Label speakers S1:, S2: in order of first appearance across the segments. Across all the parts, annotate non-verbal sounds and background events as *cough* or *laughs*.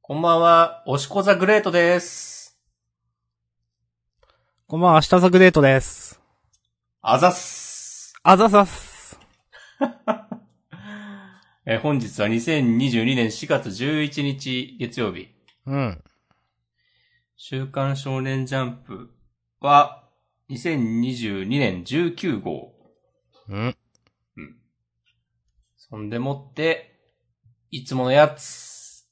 S1: こんばんは、おしこザグレートです。
S2: こんばんは、明日ザグデートです。
S1: あざっす。
S2: あざさす。
S1: えー本日は2022年4月11日月曜日。
S2: うん。
S1: 週刊少年ジャンプは、2022年19号。
S2: うん。
S1: そんでもって、いつものやつ。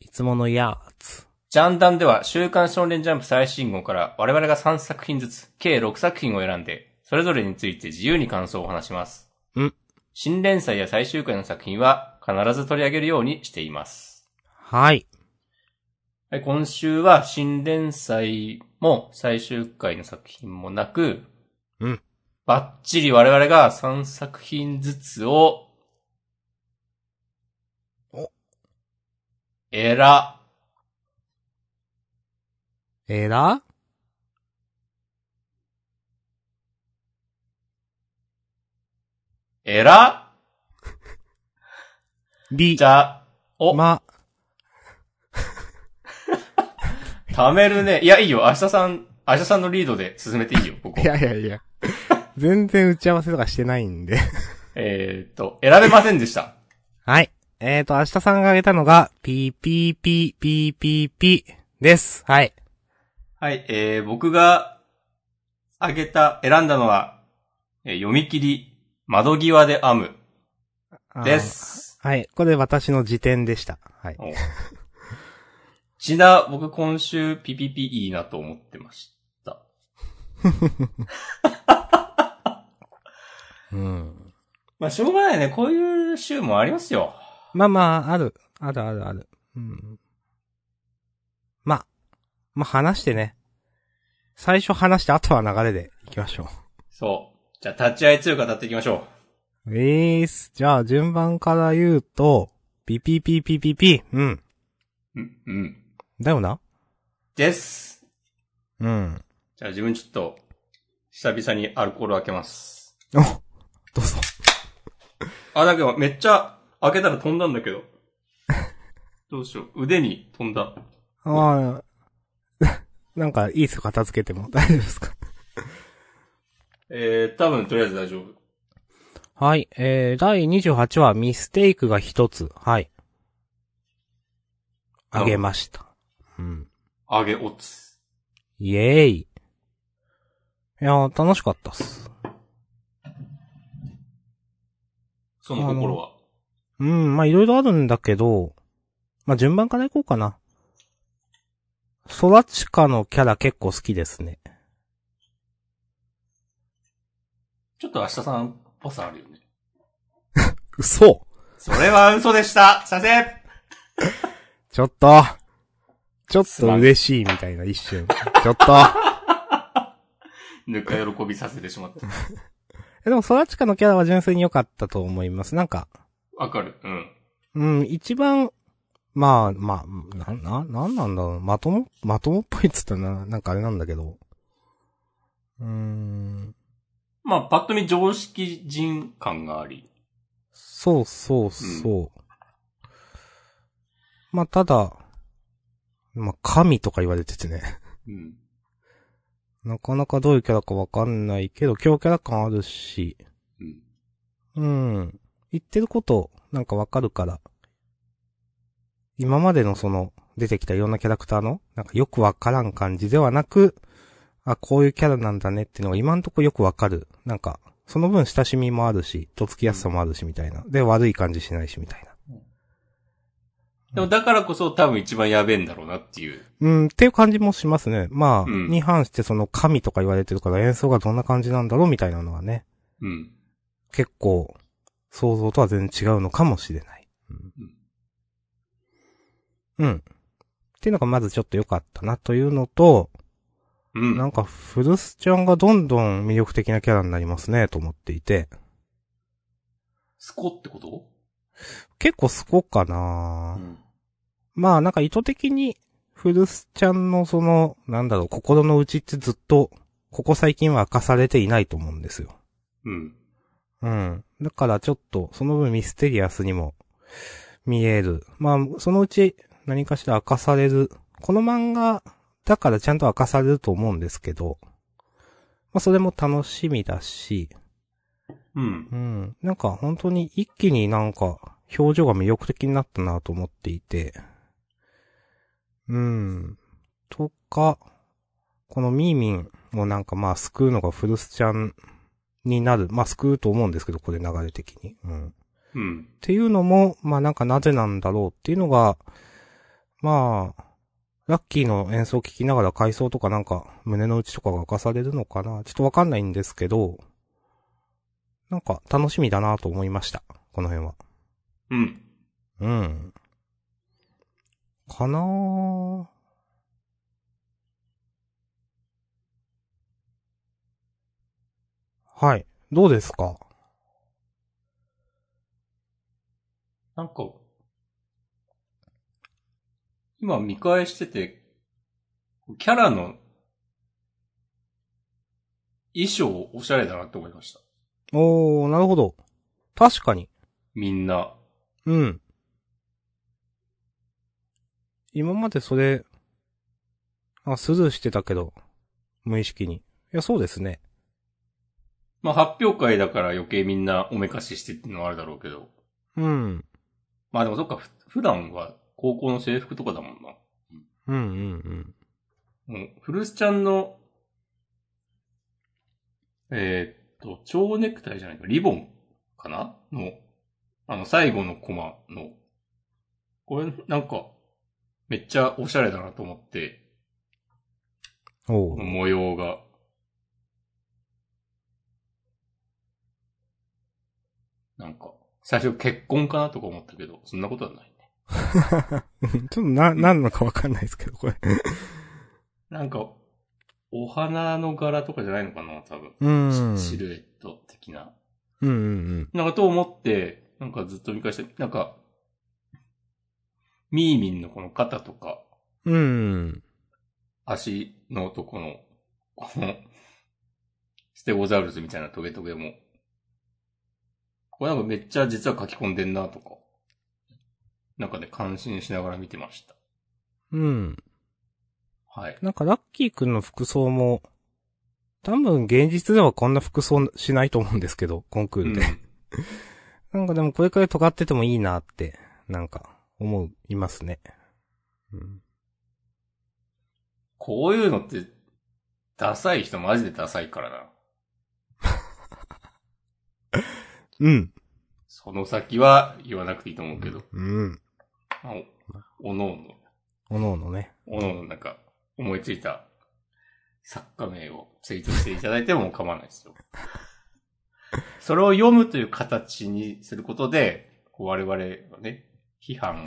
S2: いつものやつ。
S1: ジャンダンでは週刊少年ジャンプ最新号から我々が3作品ずつ、計6作品を選んで、それぞれについて自由に感想を話します。
S2: うん
S1: 新連載や最終回の作品は必ず取り上げるようにしています。
S2: はい。
S1: はい、今週は新連載も最終回の作品もなく、
S2: うん。
S1: バッチリ我々が3作品ずつを、
S2: お
S1: えら、
S2: えら
S1: えら、
S2: り
S1: じ、ゃ、お、
S2: ま、
S1: 貯めるね。いや、いいよ。明日さん、明日さんのリードで進めていいよ、ここ。
S2: いやいや *laughs* いや。全然打ち合わせとかしてないんで。
S1: えーっと、選べませんでした。
S2: はい。えーと、明日さんが挙げたのが、ピーピーピーピーピーピーです。はい。
S1: はい、えー、僕が、あげた、選んだのは、えー読み切り、窓際で編む、
S2: あー
S1: で。す。
S2: はい。これ私の辞典でした。はい。 *laughs*
S1: おちな、僕今週、ピピピいいなと思ってました。
S2: うん。
S1: まあ、しょうがないね。こういう週もありますよ。
S2: まあまあ、ある。あるあるある。うん。まあ。まあ話してね。最初話して、あとは流れで行きましょ
S1: そう。じゃあ、立ち合い強く当たっていきましょ
S2: う。えーす。じゃあ、順番から言うと、ピピピピピピ。うん。
S1: う。うん、うん。
S2: だよな
S1: です。
S2: うん。
S1: じゃあ自分ちょっと、久々にアルコール開けます。
S2: お、どうぞ。
S1: あ、だけどめっちゃ開けたら飛んだんだけ *laughs* ど。どうしよう。腕に飛んだ。
S2: ああ、 *laughs* なんか、いいっすよ、片付けても。大丈夫ですか
S1: えー、多分とりあえず大丈夫。
S2: はい。えー、第28話、ミステイクが一つ。はい。あげました。うん。
S1: 上げおつ。
S2: イエーイ。いやー、楽しかったっす。
S1: その心は。
S2: うん、まあ、いろいろあるんだけど、まあ、順番からいこうかな。ソラチカのキャラ結構好きですね。
S1: ちょっと明日さんっぽさあるよね。
S2: 嘘
S1: それは嘘でしたさせん
S2: ちょっとちょっ
S1: すま
S2: と
S1: ん
S2: 嬉しいみたいな一 *laughs* 瞬。ちょっと
S1: ぬか喜びさせてしま *laughs* った。
S2: えでもソラチカのキャラは純粋に良かったと思います。なんか、
S1: わかる。うん。
S2: うん、一番、まあ、まあ、な、な、なんなんだろう。まとも、まともっぽいっつったらな、なんかあれなんだけど。うーん。
S1: まあ、パッと見常識人感があり。
S2: そうそうそう。まあ、ただ、まあ、神とか言われててね。 *laughs*
S1: うん。
S2: なかなかどういうキャラかわかんないけど、強キャラ感あるし、
S1: うん。
S2: うん。言ってること、なんかわかるから。今までのその、出てきたいろんなキャラクターの、なんかよくわからん感じではなく、あ、こういうキャラなんだねっていうのが今んとこよくわかる。なんか、その分親しみもあるし、とっつきやすさもあるしみたいな。で、悪い感じしないしみたいな。
S1: でもだからこそ多分一番やべえんだろうなっていう。
S2: うん、っていう感じもしますね。まあ、
S1: うん
S2: に反してその神とか言われてるから演奏がどんな感じなんだろうみたいなのはね、
S1: うん。
S2: 結構、想像とは全然違うのかもしれない。うん。うん。っていうのがまずちょっと良かったなというのと、
S1: うん。
S2: なんか古巣ちゃんがどんどん魅力的なキャラになりますね、と思っていて、
S1: スコってこと
S2: 結構すごっかな、
S1: ん。
S2: まあなんか意図的に、古巣ちゃんのその、なんだろう、心の内ってずっと、ここ最近は明かされていないと思うんですよ。
S1: うん。
S2: うん。だからちょっと、その分ミステリアスにも見える。まあ、そのうち、何かしら明かされる。この漫画だからちゃんと明かされると思うんですけど、まあそれも楽しみだし、
S1: うん。
S2: うん。なんか本当に一気になんか表情が魅力的になったなと思っていて。うん。とか、このミーミンをなんかまあ救うのが古巣ちゃんになる。まあ救うと思うんですけど、これ流れ的に。うん。
S1: うん
S2: っ。ていうのも、まあなんかなぜなんだろうっていうのが、まあ、ラッキーの演奏を聴きながら回想とかなんか胸の内とかが明かされるのかなちょっとわかんないんですけど、なんか楽しみだなと思いました。この辺は。
S1: うん。
S2: うん。かなぁ。はい。どうですか
S1: なんか、今見返してて、キャラの衣装おしゃれだなって思いました。
S2: おー、なるほど。確かに。
S1: みんな。
S2: うん。今までそれ、あ、スルーしてたけど、無意識に。いや、そうですね。
S1: まあ発表会だから余計みんなおめかししてっていうのはあるだろうけど。
S2: うん。
S1: まあでもそっか、ふ普段は高校の制服とかだもんな。
S2: うんうん
S1: もう、古巣ちゃんの、えーっと、蝶ネクタイじゃないか、リボンかなの、あの、最後のコマの、これ、なんか、めっちゃおしゃれだなと思って、
S2: うん。お
S1: こ
S2: う
S1: の。模様が。なんか、最初結婚かなとか思ったけど、そんなことはないね。
S2: ちょっとな、なんのかわかんないですけど、 *laughs* これ。
S1: なんか、お花の柄とかじゃないのかな多分。
S2: うん。うん
S1: シルエット的な。
S2: うんうん。
S1: なんかと思って、なんかずっと見返して、なんか、ミーミンのこの肩とか、
S2: うん。
S1: 足のとこの、この、ステゴザウルスみたいなトゲトゲも、これなんかめっちゃ実は書き込んでんなとか、なんかね、感心しながら見てました。
S2: うん。
S1: はい。
S2: なんか、ラッキーくんの服装も、多分現実ではこんな服装しないと思うんですけど、コンクールで。なんかでもこれくらい尖っててもいいなって、なんか、思いますね。うん。
S1: こういうのって、ダサい人マジでダサいからな。
S2: うん。
S1: その先は言わなくていいと思うけど、
S2: うん。
S1: あお、おのおの。
S2: おのおのね。
S1: おのおのなんか、思いついた作家名をツイートしていただいても構わないですよ。 *laughs* それを読むという形にすることで、こう我々のね、批判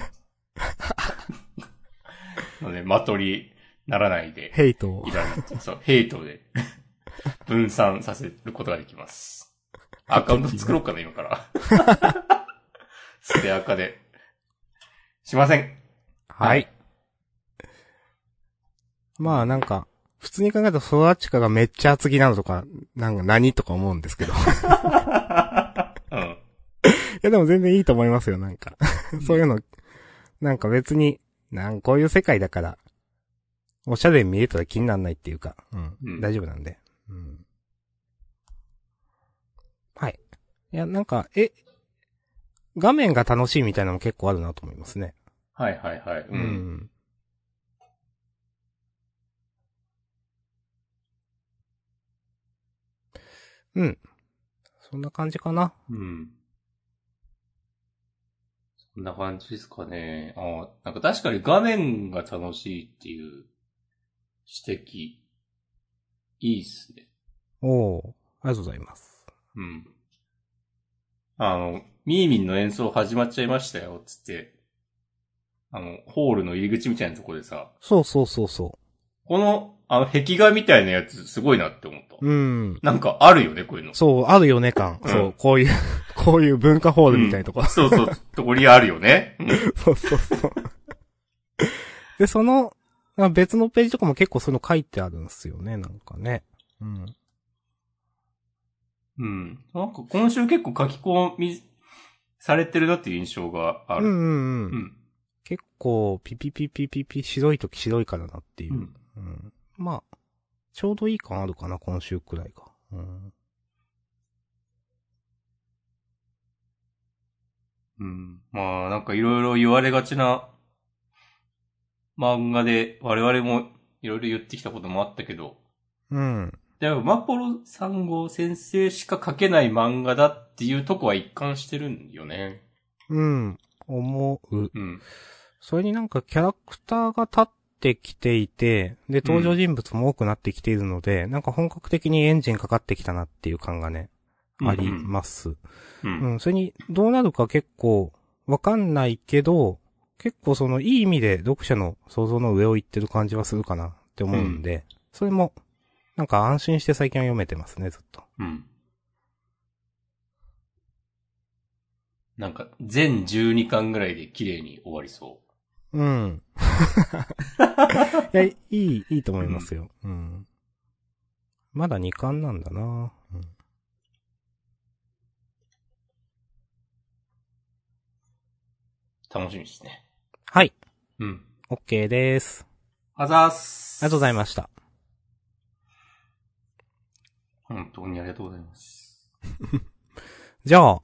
S1: *laughs* のね、まとりならないで、
S2: ヘイトを
S1: い。らない。そう、ヘイトで分散させることができます。アカウント作ろうかな、今から。ステアカで。しません。
S2: はい。。まあなんか、普通に考えたらソラチカがめっちゃ厚着なのとか、なんか何とか思う
S1: *laughs*
S2: んですけど。い
S1: *laughs* うん。
S2: やでも全然いいと思いますよ、な
S1: *laughs*
S2: んか。そういうの、なんか別に、なんこういう世界だから、おしゃれに見えたら気にならないっていうか、うん。
S1: うん
S2: 大丈夫なんで。うん。はい。いや、なんか、え、画面が楽しいみたいなのも結構あるなと思いますね。
S1: はいはいはい。う。
S2: うんん。うん。そんな感じかな。
S1: うん。そんな感じですかね。あなんか確かに画面が楽しいっていう指摘、いいっすね。
S2: おお、ありがとうございます。
S1: うん。あの、ミーミンの演奏始まっちゃいましたよ、つって。あの、ホールの入り口みたいなとこでさ、
S2: そうそうそうそ
S1: この、あの、壁画みたいなやつすごいなって思った。
S2: う。うん。
S1: なんかあるよね、こういうの。
S2: そう、あるよね感。
S1: うん
S2: そう、こう *laughs* いう、こういう文化ホールみたいなとこ。
S1: そうそう、とこにあるよ
S2: *laughs*
S1: ね。うん
S2: そうそう *laughs* そう。で、その、あ別のページとかも結構そういうの書いてあるんすよね、なんかね。うん。
S1: うん。なんか今週結構書き込みされてるなっていう印象があ
S2: うん
S1: る。
S2: うんう。
S1: うんん。
S2: 結構、ピピピピピピ、白い時白いからなっていう。うん。。まあ、ちょうどいい感あるかな、今週くらいが。うん。
S1: うん。まあ、なんかいろいろ言われがちな漫画で、我々もいろいろ言ってきたこともあったけど、
S2: うん。
S1: でも、マポロ3号先生しか書けない漫画だっていうとこは一貫してるんよね。
S2: うん。思う。
S1: うん。
S2: それになんかキャラクターが立ってきていて、で、登場人物も多くなってきているので、なんか本格的にエンジンかかってきたなっていう感がね、あります。
S1: う。
S2: うんん、それに、どうなるか結構、わかんないけど、結構その、いい意味で読者の想像の上を行ってる感じはするかなって思うんで、それも、なんか安心して最近は読めてますね、ずっと。
S1: うん。なんか、全12巻ぐらいで綺麗に終わりそ
S2: *laughs* うん。いや、いい、いいと思いますよ。うん。まだ2巻なんだなうん
S1: う。楽しみですね。
S2: はい、
S1: うん。
S2: OK です。
S1: あざーす。
S2: ありがとうござい
S1: ま
S2: ました。
S1: す。本当にありがとうございます。
S2: じゃあ、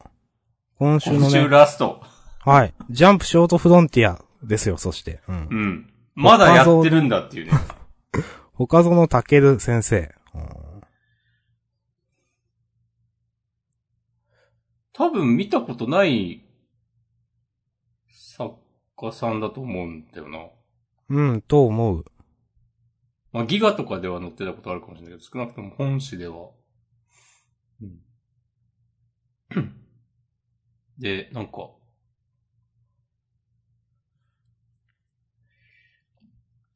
S2: 今週の
S1: 今週
S2: ね、
S1: ラスト。
S2: はい、ジャンプショートフロンティアですよ、そして。うん
S1: うん。まだやってるんだっていうね。
S2: 他ぞのたける先生。
S1: 多分見たことない作家さんだと思うんだよな。
S2: うん、と思う。
S1: まあ、ギガとかでは載ってたことあるかもしれないけど、少なくとも本誌では。うん。 *coughs* で、なんか、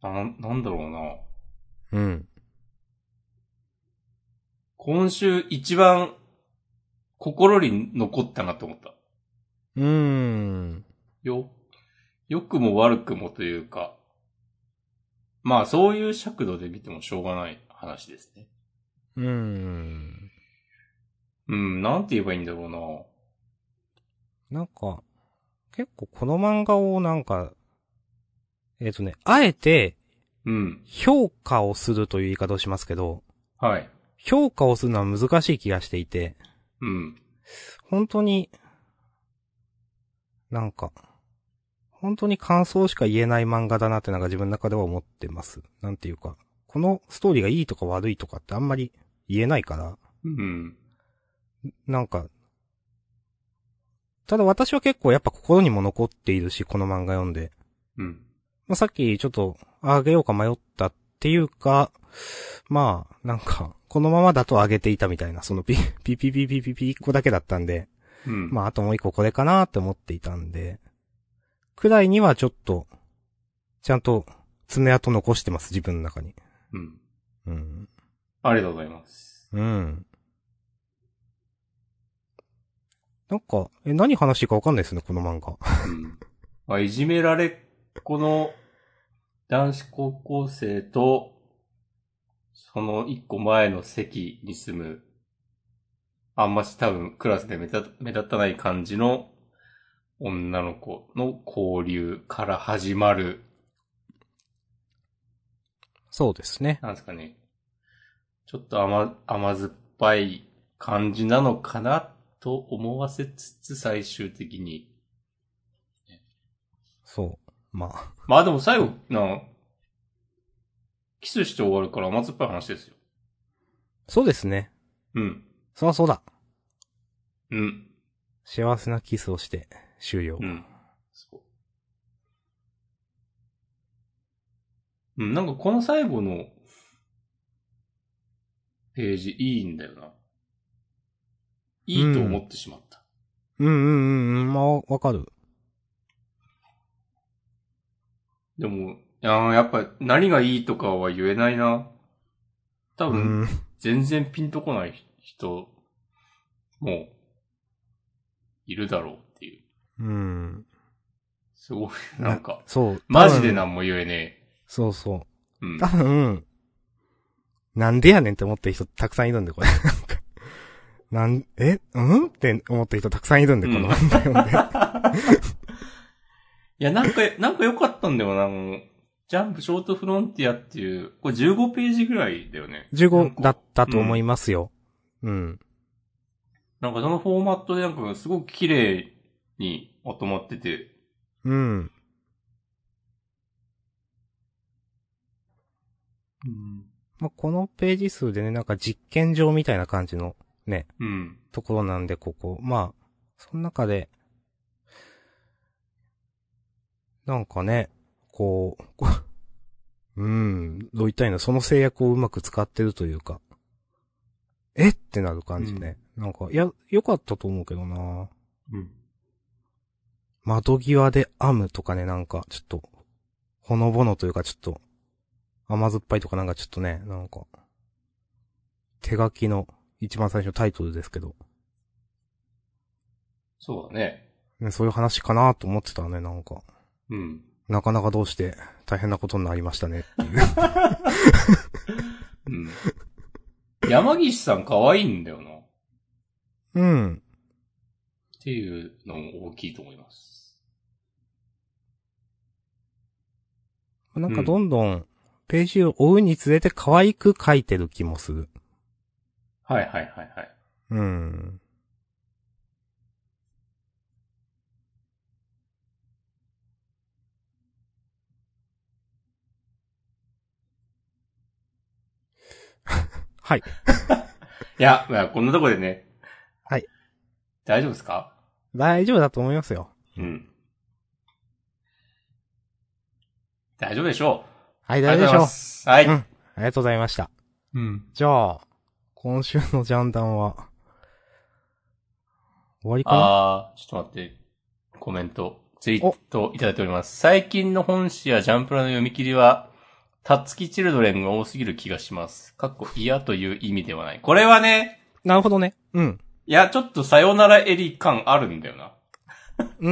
S1: なん、なんだろうな。
S2: うん。
S1: 今週一番心に残ったなと思った。
S2: うーん。
S1: よ、良くも悪くもというか、まあそういう尺度で見てもしょうがない話ですね。
S2: うーん。
S1: うん、なんて言えばいいんだろうな。
S2: なんか、結構この漫画をなんか、えっ、とね、あえて
S1: うん、
S2: 評価をするという言い方をしますけど、
S1: はい。
S2: 評価をするのは難しい気がしていて、
S1: うん、
S2: 本当に、なんか、本当に感想しか言えない漫画だなってなんか自分の中では思ってます。なんていうか、このストーリーがいいとか悪いとかってあんまり言えないから、
S1: うん、
S2: なんか、ただ私は結構やっぱ心にも残っているし、この漫画読んで。
S1: うん、
S2: まあ、さっきちょっとあげようか迷ったっていうか、まあ、なんか、このままだとあげていたみたいな、そのピ、ピピピピピピ1個だけだったんで、
S1: うん。
S2: まあ、あともう一個これかなって思っていたんで、くらいにはちょっと、ちゃんと爪痕残してます、自分の中に。
S1: うん。
S2: うん。
S1: ありがとうございます。
S2: うん。なんか、え、何話していいかわかんないですね、この漫画。
S1: うん。まあ、いじめられっ子の男子高校生と、その一個前の席に住む、あんまし多分クラスで目立目立たない感じの女の子の交流から始まる、
S2: そうですね。
S1: なんですかね。ちょっと甘、甘酸っぱい感じなのかなと思わせつつ最終的に。
S2: そう。まあ、
S1: まあでも最後、な、キスして終わるから甘酸っぱい話ですよ。
S2: そうですね。
S1: うん。
S2: そうそうだ。
S1: うん。
S2: 幸せなキスをして、終了。
S1: うん。そう。うん、なんかこの最後のページいいんだよな。いいと思ってしまった。
S2: うんうんうんうん、まあ、わかる。
S1: でも、いやーやっぱ何がいいとかは言えないな。多
S2: う
S1: 分、
S2: ん。
S1: 全然ピンとこない人もいるだろうっていう。
S2: うん。
S1: すごい、なんか、
S2: そう。
S1: マジで何も言えね
S2: そうそう。
S1: え。うん
S2: 多。分、なんでやねんって思ってる人たくさんいるんで、これ。 *laughs* なんかなん、 *laughs* えうんって思ってる人たくさんいるんで、この漫画読んで。
S1: いや、なんか、なんか良かったんだよな、もう。ジャンプショートフロンティアっていう、これ15ページぐらいだよね。なん
S2: 15
S1: か
S2: だったと思いますよ。うん。
S1: なんかそのフォーマットでなんかすごく綺麗にまとまってて、
S2: うん。
S1: うん。
S2: まあ、このページ数でね、なんか実験場みたいな感じの
S1: うん。
S2: ところなんで、ここ。まあ、その中で、なんかね、こう、こう *laughs* うん、どう言ったらいいのその制約をうまく使ってるというか、えってなる感じね。なんか、いや、良かったと思うけどな
S1: うん。
S2: 窓際で編むとかね、なんか、ちょっと、ほのぼのというか、ちょっと、甘酸っぱいとかなんかちょっとね、なんか、手書きの一番最初のタイトルですけど、
S1: そうだね。
S2: ね、そういう話かなと思ってたね、なんか。
S1: うん。
S2: なかなかどうして大変なことになり
S1: *laughs*
S2: ましたねっていう。
S1: うん。山岸さん可愛いんだよな。っ
S2: うん。
S1: ていうのも大きいと思います。
S2: なんかどんどん、ページを追うにつれて可愛く書いてる気もする。
S1: はいはいはいはい。
S2: うん。はい。
S1: いや、まあこんなとこでね。
S2: はい。
S1: 大丈夫ですか
S2: 大丈夫だと思いますよ。
S1: うん。大丈夫でしょ
S2: はい、
S1: う。
S2: 大丈夫でしょう。
S1: す。はい。
S2: うんありがとうございました。
S1: うん。
S2: じゃあ、今週のジャンダンは、終わりかな
S1: あー、ちょっと待って。コメント、ツイートいただいております。最近の本誌やジャンプラの読み切りは、タツキチルドレンが多すぎる気がします。かっこ嫌という意味ではない。これはね、
S2: なるほどね。うん。
S1: いや、ちょっとさよならエリ感あるんだよな。
S2: う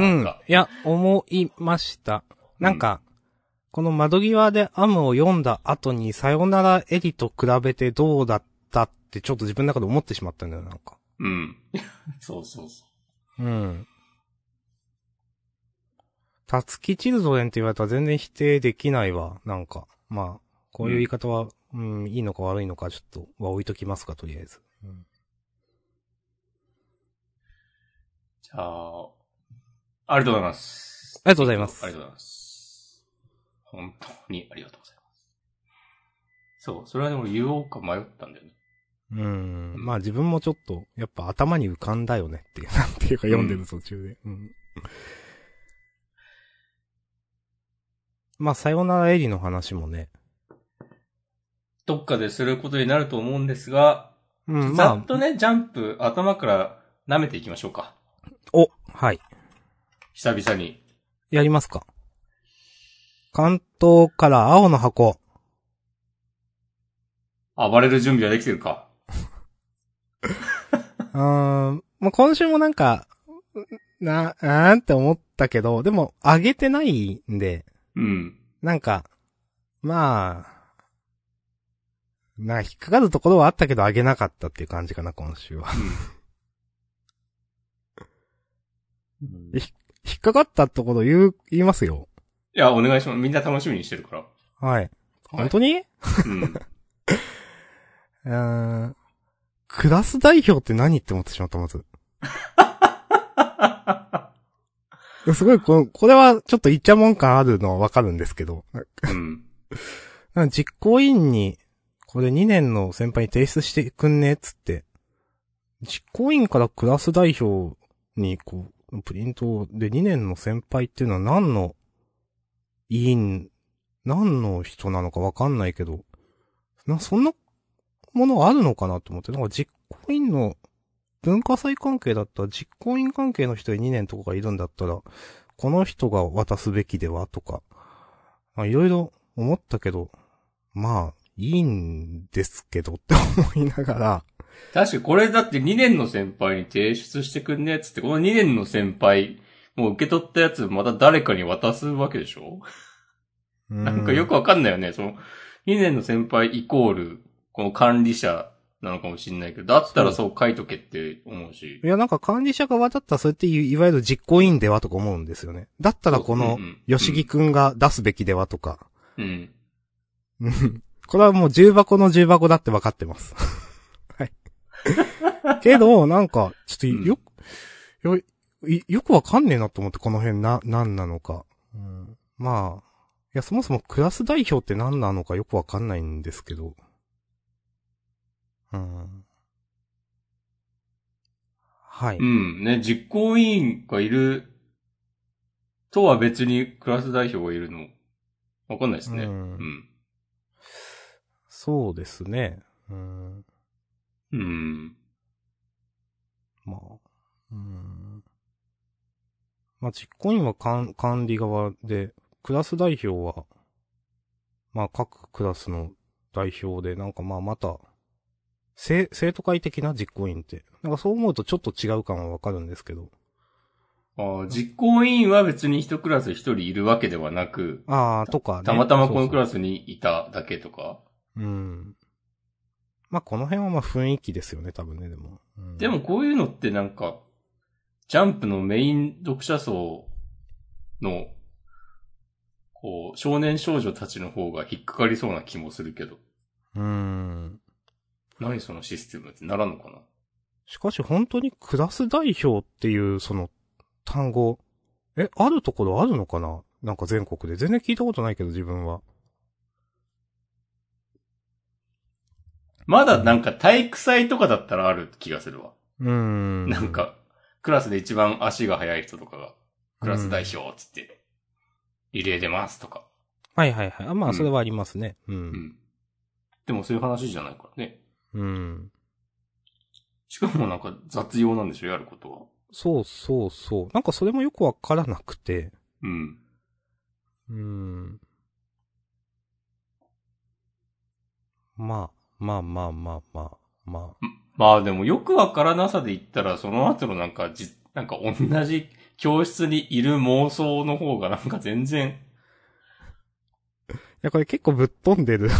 S1: なん
S2: ん
S1: か。
S2: いや、思いました。なんか、この窓際でアムを読んだ後に、さよならエリと比べてどうだったって、ちょっと自分の中で思ってしまったんだよ、なんか。
S1: *laughs* うん。そうそうそ
S2: うん。タツキチルドレンって言われたら全然否定できないわ、なんか。まあ、こういう言い方は、うん、いいのか悪いのか、ちょっと、は置いときますか、とりあえず。
S1: う。じゃあ、ありがとうございます。
S2: ありがとうございます
S1: ありがとうございます。本当にありがとうございます。そう、それはでも言おうか迷ったんだよね。
S2: うん。まあ自分もちょっと、やっぱ頭に浮かんだよねっていう、 *laughs* なんていうか読んでる途中で。うん。まあ、さよならエリの話もね。
S1: どっかですることになると思うんですが、
S2: うん、
S1: ざっ
S2: ま
S1: とね、ジャンプ、頭から舐めていきましょうか。
S2: あ、お、はい。
S1: 久々に。
S2: やりますか。関東から青の *laughs* 箱。
S1: 暴れる準備はできてるか。
S2: うーん。まあ、今週もなんか、な、あーんって思ったけど、でも、上げてないんで、
S1: うん。
S2: *laughs* なんか、まあ、なんか引っかかるところはあったけど上げなかったっていう感じかな、今週は。 *laughs*
S1: うん
S2: え
S1: い
S2: 引っかかったところ言う、言いますよ。
S1: や、お願いします。みんな楽しみにしてるから。
S2: はい。本当に、 *laughs*
S1: うん。
S2: うーん。クラス代表って何って思ってしまった、まず。すごい、この、これはちょっとイチャモン感あるのはわかるんですけど。
S1: うん。
S2: なんか実行委員に、これ2年の先輩に提出してくんねっつって、実行委員からクラス代表に、こう、プリントをで2年の先輩っていうのは何の委員、何の人なのかわかんないけど、な、そんなものあるのかなと思って、なんか実行委員の文化祭関係だったら、実行委員関係の人で2年とかがいるんだったら、この人が渡すべきではとか、まあいろいろ思ったけど、まあ、いいんですけどって思いながら、
S1: 確かにこれだって2年の先輩に提出してくんねっつって、この2年の先輩、もう受け取ったやつまた誰かに渡すわけでしょ、なんかよくわかんないよね。その、2年の先輩イコール、この管理者なのかもしんないけど、だったらそう書いとけって思うし
S2: い。や、なんか管理者側だったらそうやっていいわゆる実行委員ではとか思うんですよね。だったらこの
S1: うんうん、
S2: 吉木くんが出すべきではとか。
S1: うん。
S2: うんこれはもう重箱の重箱だって分かってます。 *laughs* はい。けど、なんか、ちょっとよ、よ、いよくわかんねえなと思って、この辺な、何なのか。うん、まあ、いや、そもそもクラス代表って何なのかよくわかんないんですけど。うん。はい。
S1: うん。ね、実行委員がいるとは別にクラス代表がいるの、わかんないですね。
S2: う
S1: うんん。
S2: そうですね。うん。
S1: うん。
S2: まあ、うん。まあ、実行委員は管管理側で、クラス代表は、まあ、各クラスの代表で、なんかまあ、また、生、生徒会的な実行委員って。なんかそう思うとちょっと違う感はわかるんですけど。
S1: ああ実行委員は別に一クラス一人いるわけではなく、
S2: ああ、とか、ね、
S1: たまたまこのク
S2: らい
S1: ラスにいただけとか。
S2: うん。まあ、この辺はまあ、雰囲気ですよね、多分ね、でも。うん
S1: でも、こういうのってなんか、ジャンプのメイン読者層の、こう、少年少女たちの方が引っかかりそうな気もするけど、
S2: うん。
S1: 何そのシステムってならんのかな
S2: しかし本当にクラス代表っていうその単語、え、あるところあるのかななんか全国で。全然聞いたことないけど自分は。
S1: まだなんか体育祭とかだったらある気がするわ。
S2: うーん。
S1: なん。か、クラスで一番足が速い人とかが、クラス代表っつって、リレー出ますとか。
S2: はいはいはい。あま
S1: う
S2: あ
S1: ん
S2: それはありますね。う。
S1: うんん。でもそういう話じゃないからね。
S2: うん。
S1: しかもなんか雑用なんでしょ、やることは。
S2: そうそうそう。なんかそれもよくわからなくて。
S1: うん。
S2: うーん。まあ、まあまあまあまあ、まあ。
S1: まあでもよくわからなさで言ったら、その後のなんかじ、なんか同じ教室にいる妄想の方がなんか全然、
S2: いや、これ結構ぶっ飛んでる。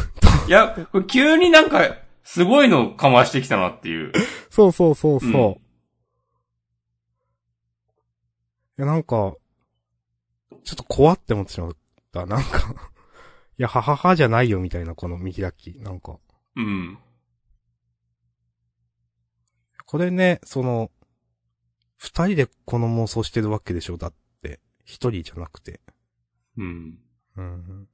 S1: いや、これ急になんか、すごいのかましてきたなっていう。
S2: そうそうそうそう。
S1: うん
S2: いや、なんか、ちょっと怖って思ってしまった。なんか、いや、はははじゃないよみたいな、この見開き。なんか。
S1: うん。
S2: これね、その、二人でこの妄想してるわけでしょだって。一人じゃなくて。
S1: うん。
S2: うん。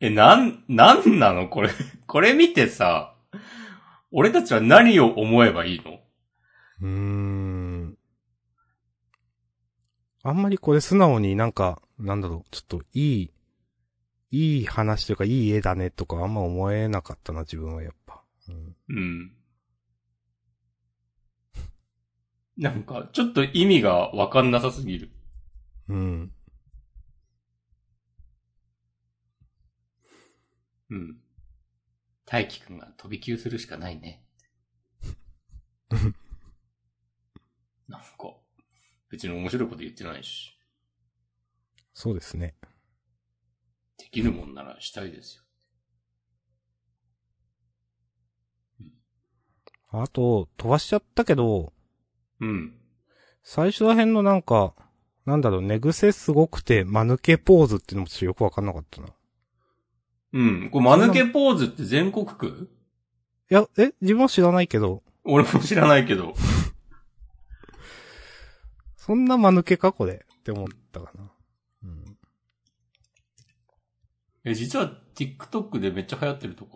S1: え、なん、なんなのこれ、これ見てさ、俺たちは何を思えばいいの
S2: うーん。あんまりこれ素直になんか、なんだろう、ちょっといい、いい話というかいい絵だねとかあんま思えなかったな、自分はやっぱ。うん。
S1: うん。 *laughs* なんか、ちょっと意味がわかんなさすぎる。
S2: うん。
S1: うん。大輝くんが飛び級するしかない *laughs* ね。なんか、別に面白いこと言ってないし、
S2: そうですね。
S1: できるもんならしたいですよ。
S2: あと、飛ばしちゃったけど、
S1: うん。
S2: 最初ら辺のなんか、なんだろう、寝癖すごくて、間抜けポーズっていうのもちょっとよくわかんなかったな。い
S1: うん。これ、間抜けポーズって全国区
S2: や、え、自分は知らないけど、
S1: 俺も知らないけど。
S2: そんな間抜けか、これって思ったかな。うん。
S1: え、実は TikTok でめっちゃ流行ってると *laughs* か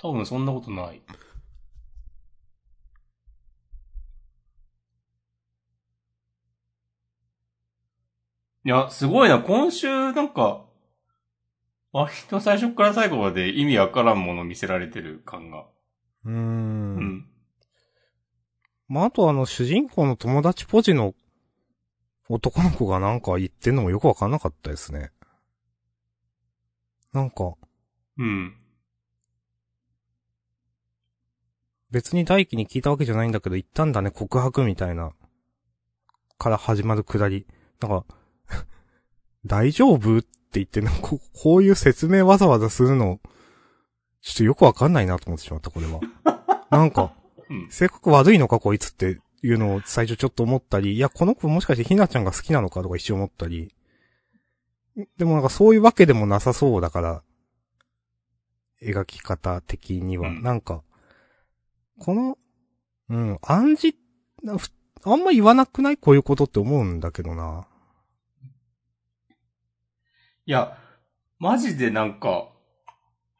S1: 多分そんなことない。いや、すごいな。今週なんか、割と最初から最後まで意味わからんもの見せられてる感が。
S2: う
S1: う
S2: ー。
S1: んん。
S2: まあ、あとあの、主人公の友達ポジの男の子がなんか言ってんのもよくわかんなかったですね。なんか、
S1: うん。
S2: 別に大輝に聞いたわけじゃないんだけど、言ったんだね、告白みたいな。 *laughs* から始まるくだり。なんか、大丈夫って言ってね、ここういう説明わざわざするの、ちょっとよくわかんないなと思ってしまった、これは。なんか、
S1: うん。
S2: 性格悪いのかこいつっていうのを最初ちょっと思ったり、いや、この子もしかしてひなちゃんが好きなのかとか一瞬思ったり、でもなんかそういうわけでもなさそうだから、描き方的には、
S1: うん
S2: なんか、この、うん、暗示、なふあんま言わなくないこういうことって思うんだけどな。
S1: いや、マジでなんか、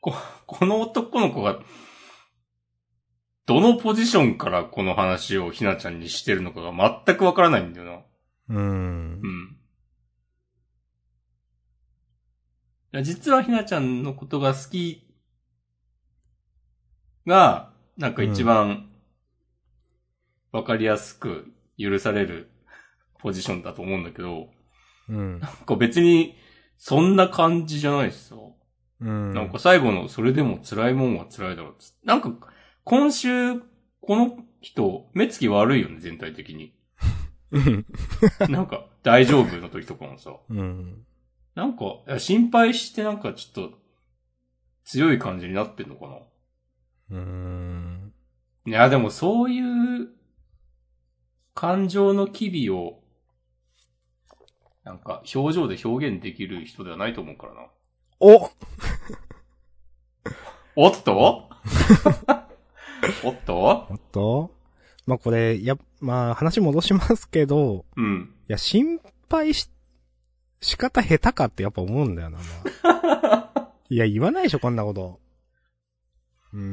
S1: こ、 *laughs* この男の子が、どのポジションからこの話をひなちゃんにしてるのかが全くわからないんだよな。
S2: うん
S1: う。ん。いや、実はひなちゃんのことが好きが、なんか一番わかりやすく許されるポジションだと思うんだけど、
S2: うん。
S1: なんか別にそんな感じじゃないしさ。
S2: うん。
S1: なんか最後のそれでも辛いもんは辛いだろうっつってなんか今週この人目つき悪いよね、全体的に。
S2: *laughs*
S1: *laughs*
S2: うん。
S1: なんか大丈夫の時とかもさ。
S2: うん。
S1: なんか、いや心配してなんかちょっと、強い感じになってんのかな
S2: うん。
S1: いや、でもそういう、感情の機微を、なんか、表情で表現できる人ではないと思うからな。
S2: お
S1: おっ
S2: *laughs*
S1: とおっと
S2: おっとまあ、これ、や、まあ、話戻しますけど、
S1: うん。
S2: いや、心配し、仕方下手かってやっぱ思うんだよな、まあいや、言わないでしょ、こんなこと。うーん。
S1: う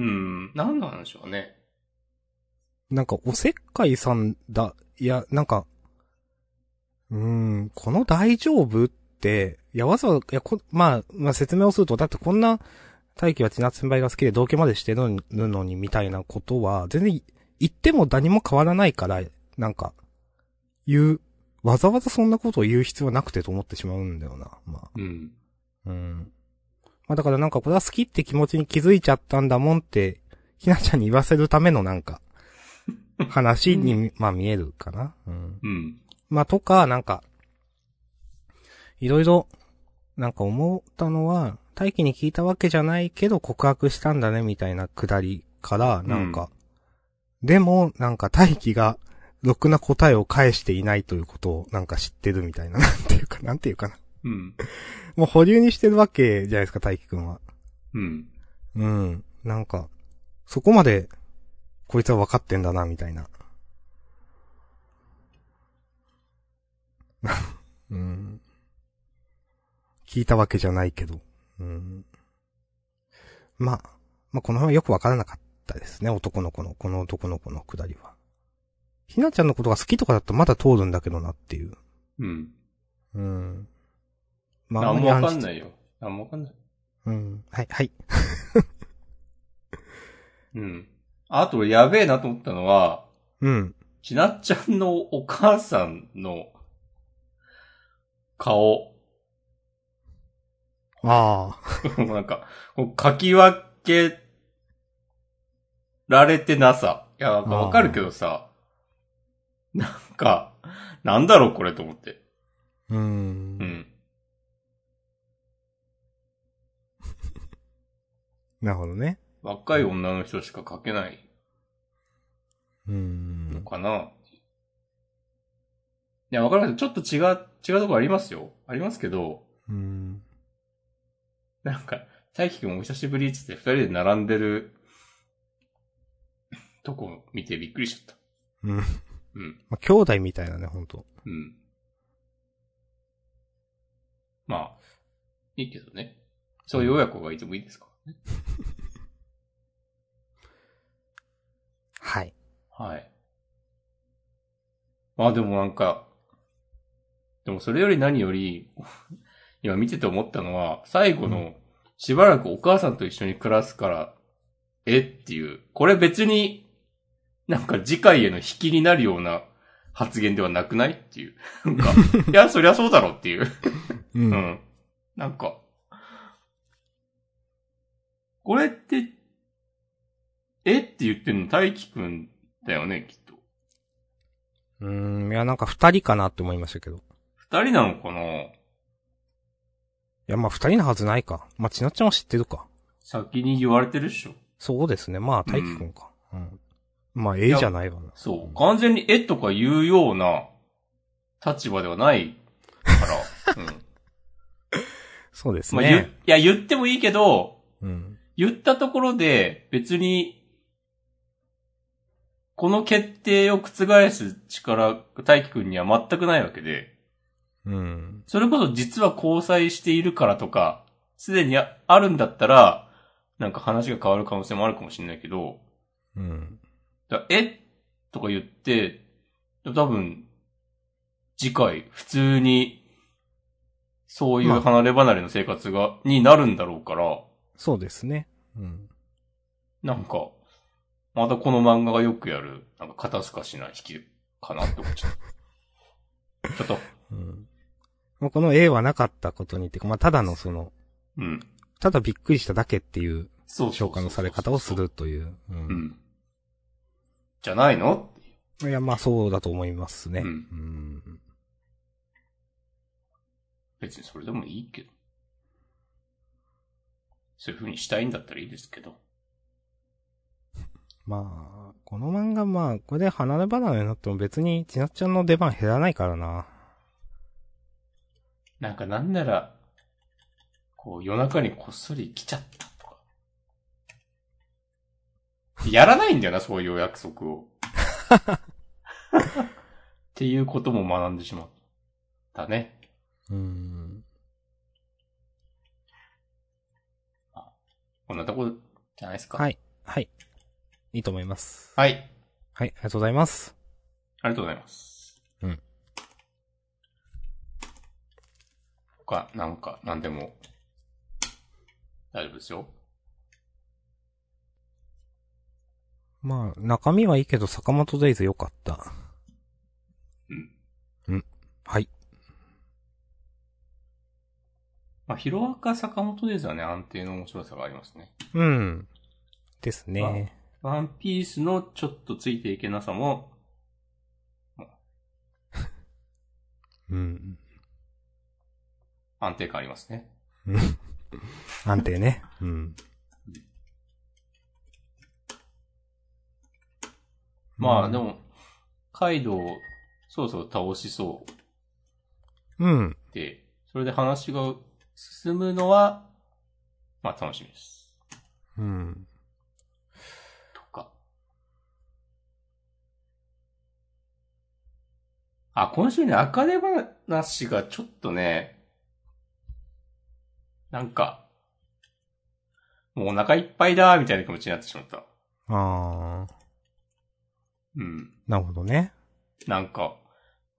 S1: ん。何なんでしょうね。
S2: なんか、おせっかいさんだ、いや、なんか、うーん、この大丈夫って、いや、わざわざ、いや、こ、まあ、まあ、説明をすると、だってこんな、大輝は千夏先輩が好きで同居までしてるのに、みたいなことは、全然、言っても何も変わらないから、なんか、言う、わざわざそんなことを言う必要はなくてと思ってしまうんだよな、まあ。
S1: うん。
S2: うん。まあだからなんかこれは好きって気持ちに気づいちゃったんだもんって、ひなちゃんに言わせるためのなんか、話に、まあ見えるかな。うん。
S1: うん。
S2: まあとか、なんか、いろいろ、なんか思ったのは、大輝に聞いたわけじゃないけど告白したんだねみたいなくだりから、なんか、でも、なんか大輝が、ろくな答えを返していないということを、なんか知ってるみたいな、なんていうか、なんていうかな。
S1: うん。
S2: もう保留にしてるわけじゃないですか、大輝くんは。
S1: うん。
S2: うん。なんか、そこまで、こいつは分かってんだな、みたいな。 *laughs* うん。聞いたわけじゃないけど。うん。まあ、まあこの辺はよく分からなかったですね、男の子の、この男の子のくだりは。ひなちゃんのことが好きとかだとまだ通るんだけどなっていう。
S1: うん。
S2: うん。ま
S1: 何もわかん
S2: い。
S1: ないよ。何もわかんない。
S2: うん。はい、はい。
S1: うん。あと、やべえなと思ったのは、
S2: うん。
S1: ひなっちゃんのお母さんの顔。
S2: ああ。
S1: なんか、こう書き分けられてなさ。いや、なんかわかるけどさ、なんか、なんだろうこれと思って。
S2: うーん
S1: う。ん。
S2: なるほどね。
S1: 若い女の人しか書けないう
S2: ー
S1: の
S2: ん。
S1: かな。いや、わかるけど、ちょっと違う、違うとこありますよ。ありますけど、
S2: うーん。
S1: なんか、大輝くんお久しぶりっつって二人で並んでるとこ見てびっくりしちゃっ
S2: うん。ま
S1: た。うん。
S2: あ、兄弟みたいなね、ほんと。
S1: うん。まあ、いいけどね。そういう親子がいてもいいですか
S2: はい。
S1: はい。まあでもなんか、でもそれより何より、 *laughs* 今見てて思ったのは、最後
S2: う
S1: の、しばらくお母さんと一緒に暮らすから、えっていう、これ別に、なんか次回への引きになるような発言ではなくないっていう。なんか、いや、そりゃそうだろっていう。
S2: う。
S1: うんん。なんか、これって、えって言ってんの大輝くんだよね、きっと。
S2: うーん。いや、なんか二人かなって思いましたけど。
S1: 二人なのかな
S2: や、まあ二人のはずないか。まあちなっちゃんは知ってるか。
S1: 先に言われてるっしょ。
S2: そうですね。まあ大輝くんか。うん。まあ、ええじゃないわな。
S1: そう。完全にえとか言うような立場ではない *laughs* から。うん。
S2: そうです
S1: まあ、言、い
S2: ね。
S1: や、言ってもいいけど、
S2: うん。
S1: 言ったところで別に、この決定を覆す力、大輝くんには全くないわけで、
S2: うん。
S1: それこそ実は交際しているからとか、すでにああるんだったら、なんか話が変わる可能性もあるかもしれないけど、
S2: うん。
S1: だからえとか言って、多分、次回、普通に、そういう
S2: まあ
S1: 離れ離れの生活が、になるんだろうから、
S2: そうですね。うん。
S1: なんか、またこの漫画がよくやる、なんか肩透かしな引きかなって思っちゃう。ちょっと、
S2: うん。まあ、この A はなかったことにってか、まあ、ただのその、
S1: うん。
S2: ただびっくりしただけっていう
S1: そうそうそう
S2: 消化のされ方をす。るという。
S1: う
S2: う。
S1: んん。じゃないの
S2: いや、まあ、そうだと思いますね。
S1: う
S2: うんん。
S1: 別にそれでもいいけど。そういう風にしたいんだったらいいですけど。
S2: まあ、この漫画、まあ、これで離れ離れになっても別に、ちなっちゃんの出番減らないからな。
S1: なんかなんなら、こう夜中にこっそり来ちゃったとか。やらないんだよな、そういうお約束
S2: *laughs*
S1: を。っていうことも学んでしまったね。
S2: うん。
S1: こんなとこじゃないですか。。
S2: はいい。はい。いいと思います。
S1: はい。
S2: はい、ありがとうございます。
S1: ありがとうございます。
S2: うん。
S1: 他、なんか、なんでも、大丈夫ですよ。
S2: まあ、中身はいいけど、坂本デイズ良かった。
S1: うん。
S2: うん。はい。
S1: まあ、ヒロアカ坂本ですはね、安定の面白さがありますね。
S2: うん。ですね。
S1: ワンピースのちょっとついていけなさも、
S2: うん。
S1: 安定感ありますね。
S2: 安定ね。うん。
S1: ま
S2: う
S1: あ、
S2: ん
S1: でも、カイドウ、そろそろ倒しそう
S2: うん。
S1: で、それで話が進むのは、まあ楽しみです。
S2: うん。
S1: とか。あ、今週ね、あかね話がちょっとね、なんか、もうお腹いっぱいだ、みたいな気持ちになってしまった。
S2: あー。
S1: うん。
S2: なるほどね。
S1: なんか、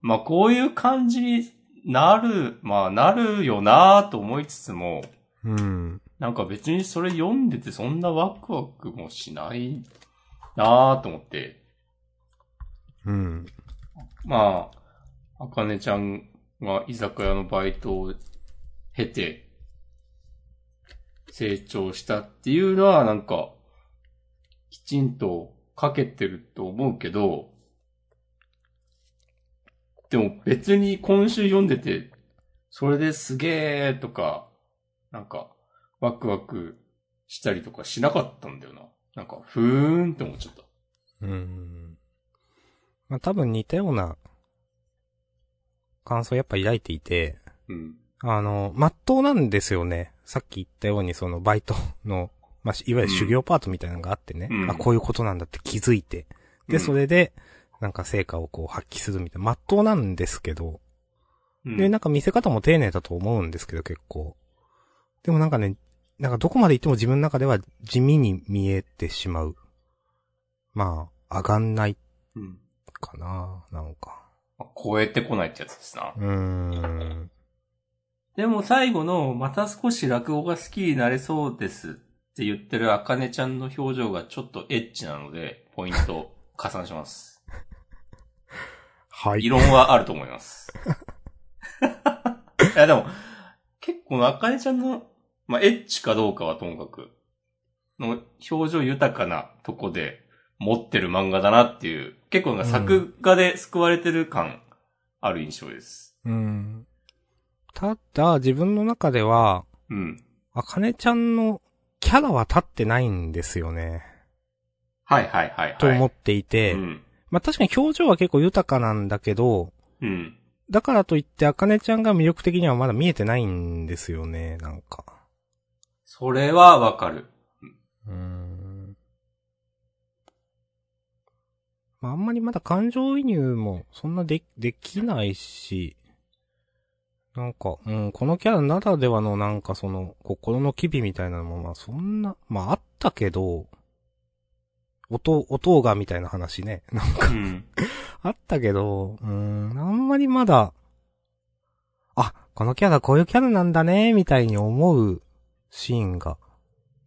S1: まあこういう感じになる、まあなるよなぁと思いつつも、
S2: うん。
S1: なんか別にそれ読んでてそんなワクワクもしないなぁと思って、
S2: うん。
S1: まあ、あかねちゃんが居酒屋のバイトを経て、成長したっていうのはなんか、きちんとかけてると思うけど、でも別に今週読んでて、それですげーとか、なんか、ワクワクしたりとかしなかったんだよな。なんか、ふーんって思っちゃった。
S2: うん。まあ、多分似たような感想やっぱ抱いていて、
S1: うん。
S2: あの、まっとうなんですよね。さっき言ったように、そのバイトの、まあ、いわゆる修行パートみたいなのがあってね、
S1: うん
S2: あ、こういうことなんだって気づいて、
S1: う
S2: で、
S1: ん
S2: それで、なんか成果をこう発揮するみたいな、まっとうなんですけど、
S1: うん
S2: で、なんか見せ方も丁寧だと思うんですけど、結構。でもなんかね、なんかどこまで行っても自分の中では地味に見えてしまう。まあ、上がんない
S1: うん
S2: かな、なんか。
S1: まあ超えてこないってやつですな
S2: う。ーん。
S1: でも最後の、また少し落語が好きになれそうですって言ってるあかねちゃんの表情がちょっとエッチなので、ポイント加算します。
S2: はい。
S1: 異論はあると思い
S2: *laughs*
S1: ます。いやでも、結構あかねちゃんの、まあ、エッチかどうかはともかく、の表情豊かなとこで持ってる漫画だなっていう、結構なんか作画で救われてる感ある印象です。
S2: うん。ただ、自分の中では、
S1: うん。
S2: あかねちゃんのキャラは立ってないんですよね。
S1: はいはいはい、はい。
S2: と思
S1: っ
S2: っていて、
S1: うん。
S2: まあ確かに表情は結構豊かなんだけど、
S1: うん。
S2: だからといって、あかねちゃんが魅力的にはまだ見えてないんですよね、なんか。
S1: それはわかる。
S2: うーん。まあ、あんまりまだ感情移入もそんなで、できないし、なんか、うん、このキャラならではのなんかその、心の機微みたいなのも、まあそんな、まああったけど、音、音がみたいな話ね。なんか
S1: うん。
S2: あったけど、うーん、あんまりまだ、あ、このキャラこういうキャラなんだね、みたいに思うシーンが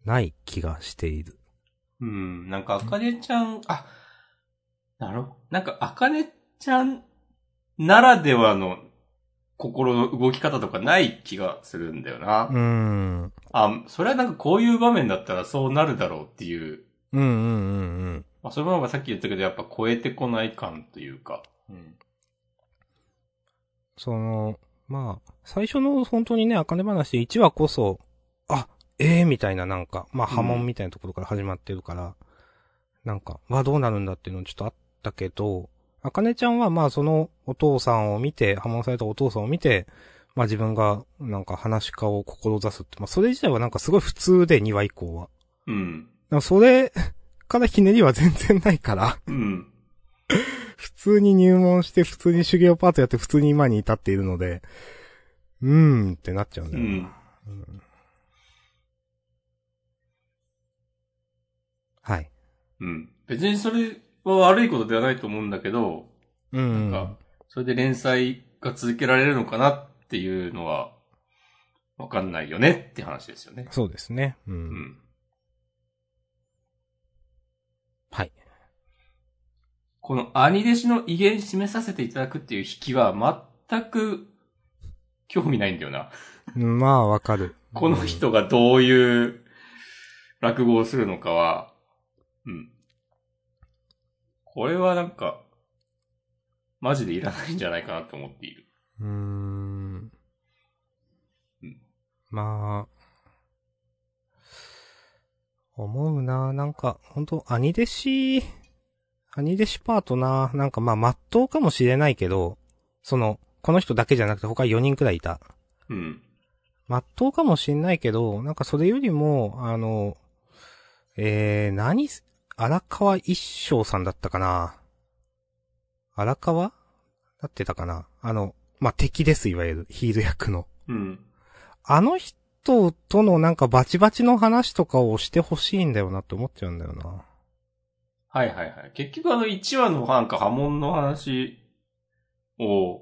S2: ない気がしている。
S1: うん。なんか、あかねちゃん、あ、なるほど。なんか、あかねちゃんならではの心の動き方とかない気がするんだよな。
S2: うーん。
S1: あ、それはなんかこういう場面だったらそうなるだろうっていう。
S2: うんうんうんうん。
S1: まあ、そのままさっき言ったけど、やっぱ超えてこない感というか。うん。
S2: その、まあ、最初の本当にね、あかね話で1話こそ、あ、ええー、みたいななんか、まあ
S1: うん
S2: 波紋みたいなところから始まってるから、なんか、わ、どうなるんだっていうのちょっとあったけど、あかねちゃんはまあそのお父さんを見て、波紋されたお父さんを見て、まあ自分がなんか話し家を志すって、まあそれ自体はなんかすごい普通で2話以降は。
S1: うん。
S2: なんかそれからひねりは全然ないから。
S1: うん。
S2: 普通に入門して、普通に修行パートやって、普通に今に至っているので、うーんってなっちゃうん
S1: う
S2: だよな。
S1: ん。
S2: はい。
S1: うん。別にそれは悪いことではないと思うんだけど、
S2: う
S1: なん
S2: ん。
S1: か、それで連載が続けられるのかなっていうのは、わかんないよねって話ですよね。
S2: そうですね。うん。
S1: うん。
S2: はい。
S1: この兄弟子の威厳示させていただくっていう引きは全く興味ないんだよな。
S2: まあ、わかる。
S1: この人がどういう落語をするのかは、うん。これはなんか、マジでいらないんじゃないかなと思っている。
S2: うーん
S1: うん。
S2: まあ、思うな、なんか、本当兄弟子、兄弟子パートな、なんかまあ、まっとうかもしれないけど、その、この人だけじゃなくて他4人くらいいた。
S1: うん。
S2: まっとうかもしんないけど、なんかそれよりも、あの、えー、何す、荒川一生さんだったかな荒川だってたかなあの、まあ、敵です、いわゆる、ヒール役の。
S1: うん。
S2: あの人とのなんかバチバチの話とかをしてほしいんだよなって思っちゃうんだよな。
S1: はいはいはい。結局あの1話のなんか波紋の話を、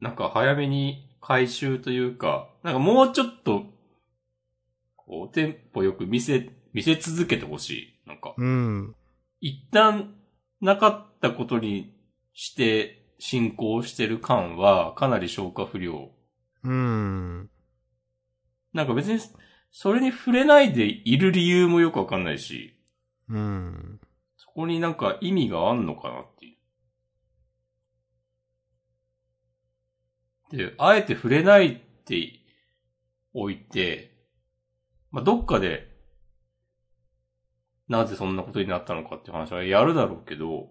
S1: なんか早めに回収というか、なんかもうちょっと、こう、テンポよく見せ、見せ続けてほしい。なんか、
S2: うん。
S1: 一旦なかったことにして進行してる感はかなり消化不良。
S2: うん。
S1: なんか別に、それに触れないでいる理由もよくわかんないし。
S2: うん。
S1: そこになんか意味があんのかなっていう。で、あえて触れないっておいて、まあ、どっかで、なぜそんなことになったのかっていう話はやるだろうけど、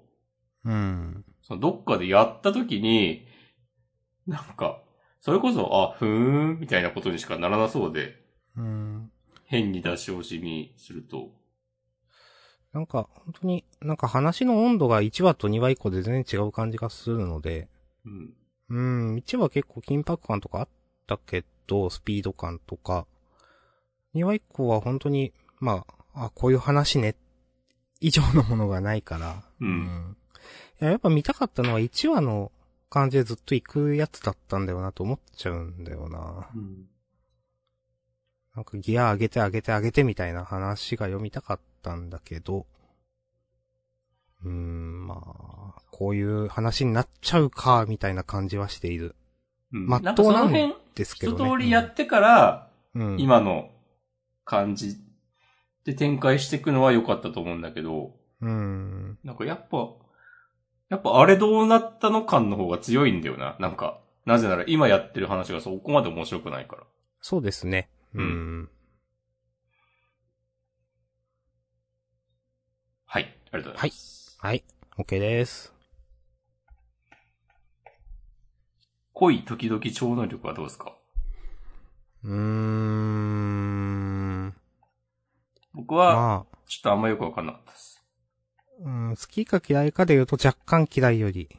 S2: うん。
S1: そのどっかでやった時に、なんか、それこそ、あ、ふーん、みたいなことにしかならなそうで、
S2: うん。
S1: 変に出し惜しみすると。
S2: なんか、本当に、なんか話の温度が1話と2話以降で全然違う感じがするので、
S1: うん。
S2: うん、1話結構緊迫感とかあったけど、スピード感とか、2話以降は本当に、まあ、あ、こういう話ね、以上のものがないから、
S1: うん
S2: いややっぱ見たかったのは1話の感じでずっと行くやつだったんだよなと思っちゃうんだよな。
S1: うん。
S2: なんかギア上げて上げて上げてみたいな話が読みたかったんだけど、うーん、まあ、こういう話になっちゃうか、みたいな感じはしている。
S1: うん
S2: まっ
S1: なん
S2: と
S1: か
S2: う
S1: そ
S2: な
S1: の
S2: ん
S1: 辺、
S2: ですけ
S1: 一
S2: どね。
S1: 通りやってから、
S2: うん、
S1: 今の感じで展開していくのは良かったと思うんだけど、
S2: うん。
S1: なんかやっぱ、やっぱあれどうなったの感の方が強いんだよな。なんか、なぜなら今やってる話がそこまで面白くないから。
S2: そうですね。
S1: うん
S2: うん。
S1: はい。ありがとうございます。
S2: はい。OK です。
S1: 恋時々超能力はどうですか
S2: うーん。
S1: 僕は、
S2: まあ、
S1: ちょっとあんまよくわかんなかったです。
S2: うん、好きか嫌いかで言うと若干嫌いより。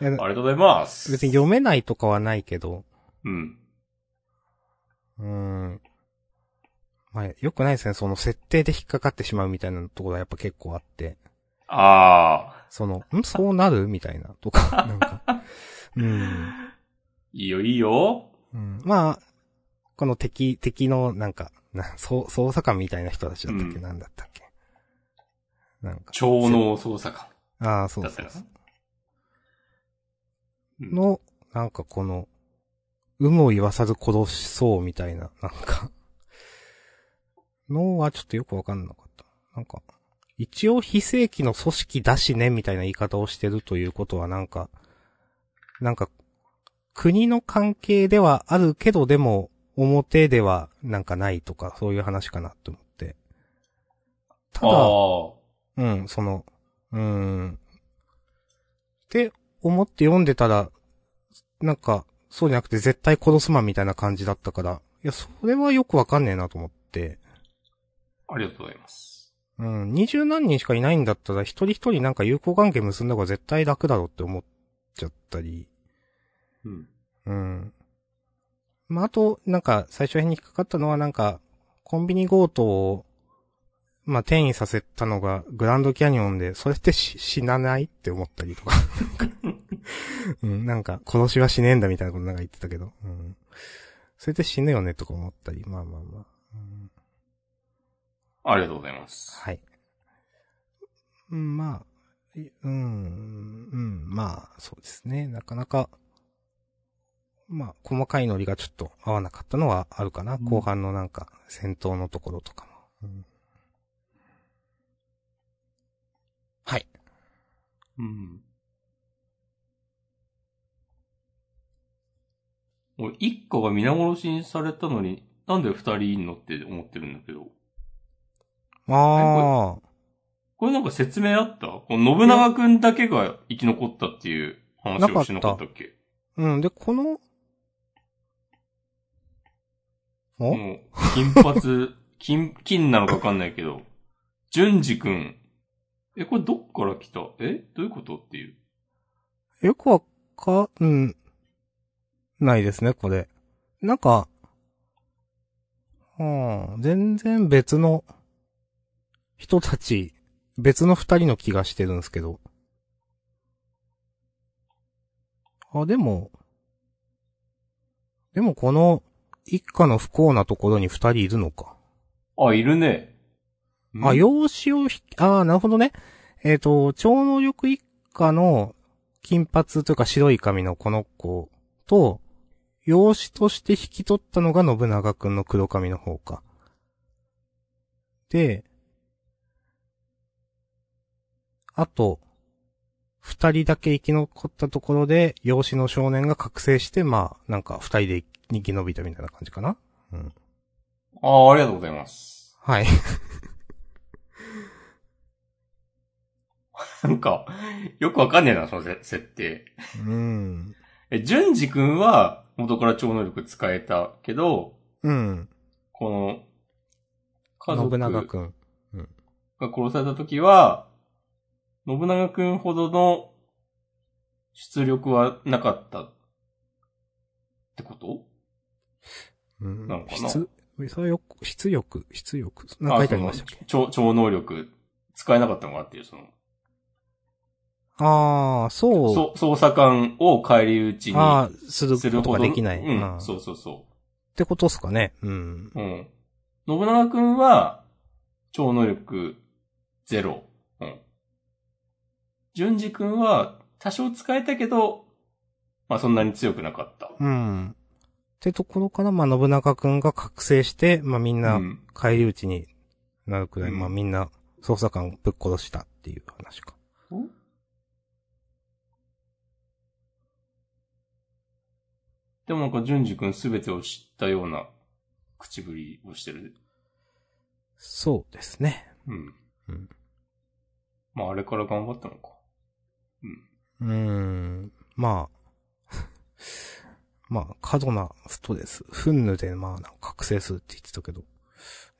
S2: いや
S1: ありがとうございます。
S2: 別に読めないとかはないけど、
S1: うん。
S2: うーん。まあ、よくないですね。その設定で引っかかってしまうみたいなところはやっぱ結構あって。
S1: ああ、
S2: その、んそうなるみたいな、とか、なんか。うん。
S1: いいよいいよ。
S2: うん、まあ、この敵、敵の、なんか、な捜捜査官みたいな人たちだったっけ、
S1: うん
S2: なんだったっけなんか。
S1: 超能捜査官
S2: ああ、そう
S1: だ
S2: で
S1: った
S2: す
S1: か。な。うん
S2: の、なんかこの、有無を言わさず殺しそうみたいな、なんか、のはちょっとよくわかんなかった。なんか、一応非正規の組織だしね、みたいな言い方をしてるということはなんか、なんか、国の関係ではあるけど、でも、表ではなんかないとか、そういう話かなって思って。た
S1: あ
S2: だ、
S1: あ。
S2: うん、その、うーん。って思って読んでたら、なんか、そうじゃなくて絶対殺すまんみたいな感じだったから、いや、それはよくわかんねえなと思って、
S1: ありがとうございます。
S2: うん、二十何人しかいないんだったら、一人一人なんか友好関係結んだ方が絶対楽だろうって思っちゃったり、
S1: うん。
S2: うん。まあ、あと、なんか、最初辺に引っかかったのは、なんか、コンビニ強盗を、まあ、転移させたのが、グランドキャニオンで、それってし死なないって思ったりとか。うん、なんか、殺しは死ねえんだみたいなことなんか言ってたけど。うん。それって死ぬよねとか思ったり、まあまあまあ。うん、
S1: ありがとうございます。
S2: はい。うん、まあ、いうん、うん、まあ、そうですね。なかなか、まあ、細かいノリがちょっと合わなかったのはあるかな。
S1: うん
S2: 後半のなんか、戦闘のところとかも。うんはい。
S1: うん。俺、一家が皆殺しにされたのに、なんで二人いんのって思ってるんだけど。
S2: ああ、
S1: これなんか説明あったこの信長くんだけが生き残ったっていう話をしなかったっけ
S2: うん。で、この、お、
S1: もう、金髪、 *laughs* 金、金なのかわかんないけど、淳二くん。え、これどっから来たえどういうことっていう。
S2: よくわかん、ないですね、これ。なんか、うん、全然別の人たち、別の二人の気がしてるんですけど。あ、でも、でもこの一家の不幸なところに二人いるのか。
S1: あ、いるね。
S2: あ、
S1: ん。
S2: 養子を引き、ああ、なるほどね。えっ、と、超能力一家の金髪というか白い髪のこの子と、養子として引き取ったのが信長くんの黒髪の方か。で、あと、二人だけ生き残ったところで、養子の少年が覚醒して、まあ、なんか二人で生き延びたみたいな感じかな。
S1: あ、ありがとうございます。
S2: はい。
S1: *laughs* なんか、よくわかんねえな、そのせ設定。
S2: うん。
S1: え、淳二くんは元から超能力使えたけど、
S2: うん。
S1: この、家族
S2: 信長くん。
S1: が殺された時は、信長くんほどの出力はなかったってこと
S2: うん
S1: なのかな
S2: 出、それよく、出力、出力。なんか書いてありましたっけ
S1: 超、超能力使えなかったのかっていう、その、
S2: ああ、そう。
S1: そ捜査官を返り討ち
S2: あ
S1: に
S2: あ、する
S1: す
S2: こ
S1: る
S2: と
S1: ほ
S2: が
S1: ど。
S2: できない。
S1: う
S2: あ
S1: ん、
S2: あ
S1: そうそうそ
S2: ってことっすかね。うん。
S1: う。うん。信長くんは、超能力ゼロ。うん。淳二くんは、多少使えたけど、まあそんなに強くなかった。
S2: うん。ってところから、まあ、信長くんが覚醒して、まあ、みんな
S1: う、ん
S2: 帰り討ちになるくらい、
S1: うん
S2: まあ、みんな、捜査官ぶっ殺したっていう話か。
S1: でもなんか、淳二くんすべてを知ったような口ぶりをしてる。
S2: そうですね。
S1: うん。
S2: うん。
S1: まあ、あれから頑張ったのか。
S2: うーん。まあ、 *laughs* まあ、過度なストレス、憤怒でまあ、なんか覚醒するって言ってたけど、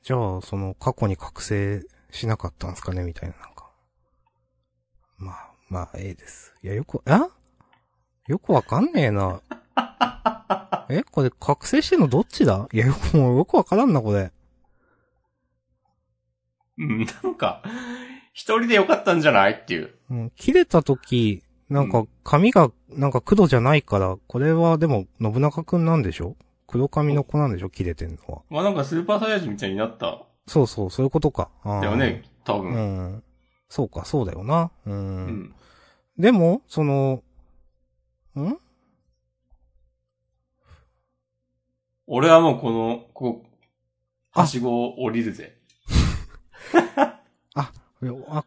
S2: じゃあ、その過去に覚醒しなかったんですかねみたいな、なんか。まあ、まあ、ええです。いや、よく、あよくわかんねえな。えこれ覚醒してんのどっちだいや、よく、もうよくわからんな、これ。
S1: うん、なんか、一人でよかったんじゃないっていう。
S2: うん、切れた時、なんか髪が、なんか黒じゃないから、これはでも信長くんなんでしょ黒髪の子なんでしょ切れてんのは。
S1: まあなんかスーパーサイヤ人みたいになった。
S2: そうそう、そういうことか。あー
S1: だよ。ね、多
S2: う
S1: 分。
S2: ん。そうか、そうだよな。う。
S1: うんん。
S2: でも、その、ん
S1: 俺はもうこの、ここ、
S2: あ
S1: はしごを降りるぜ。
S2: あ、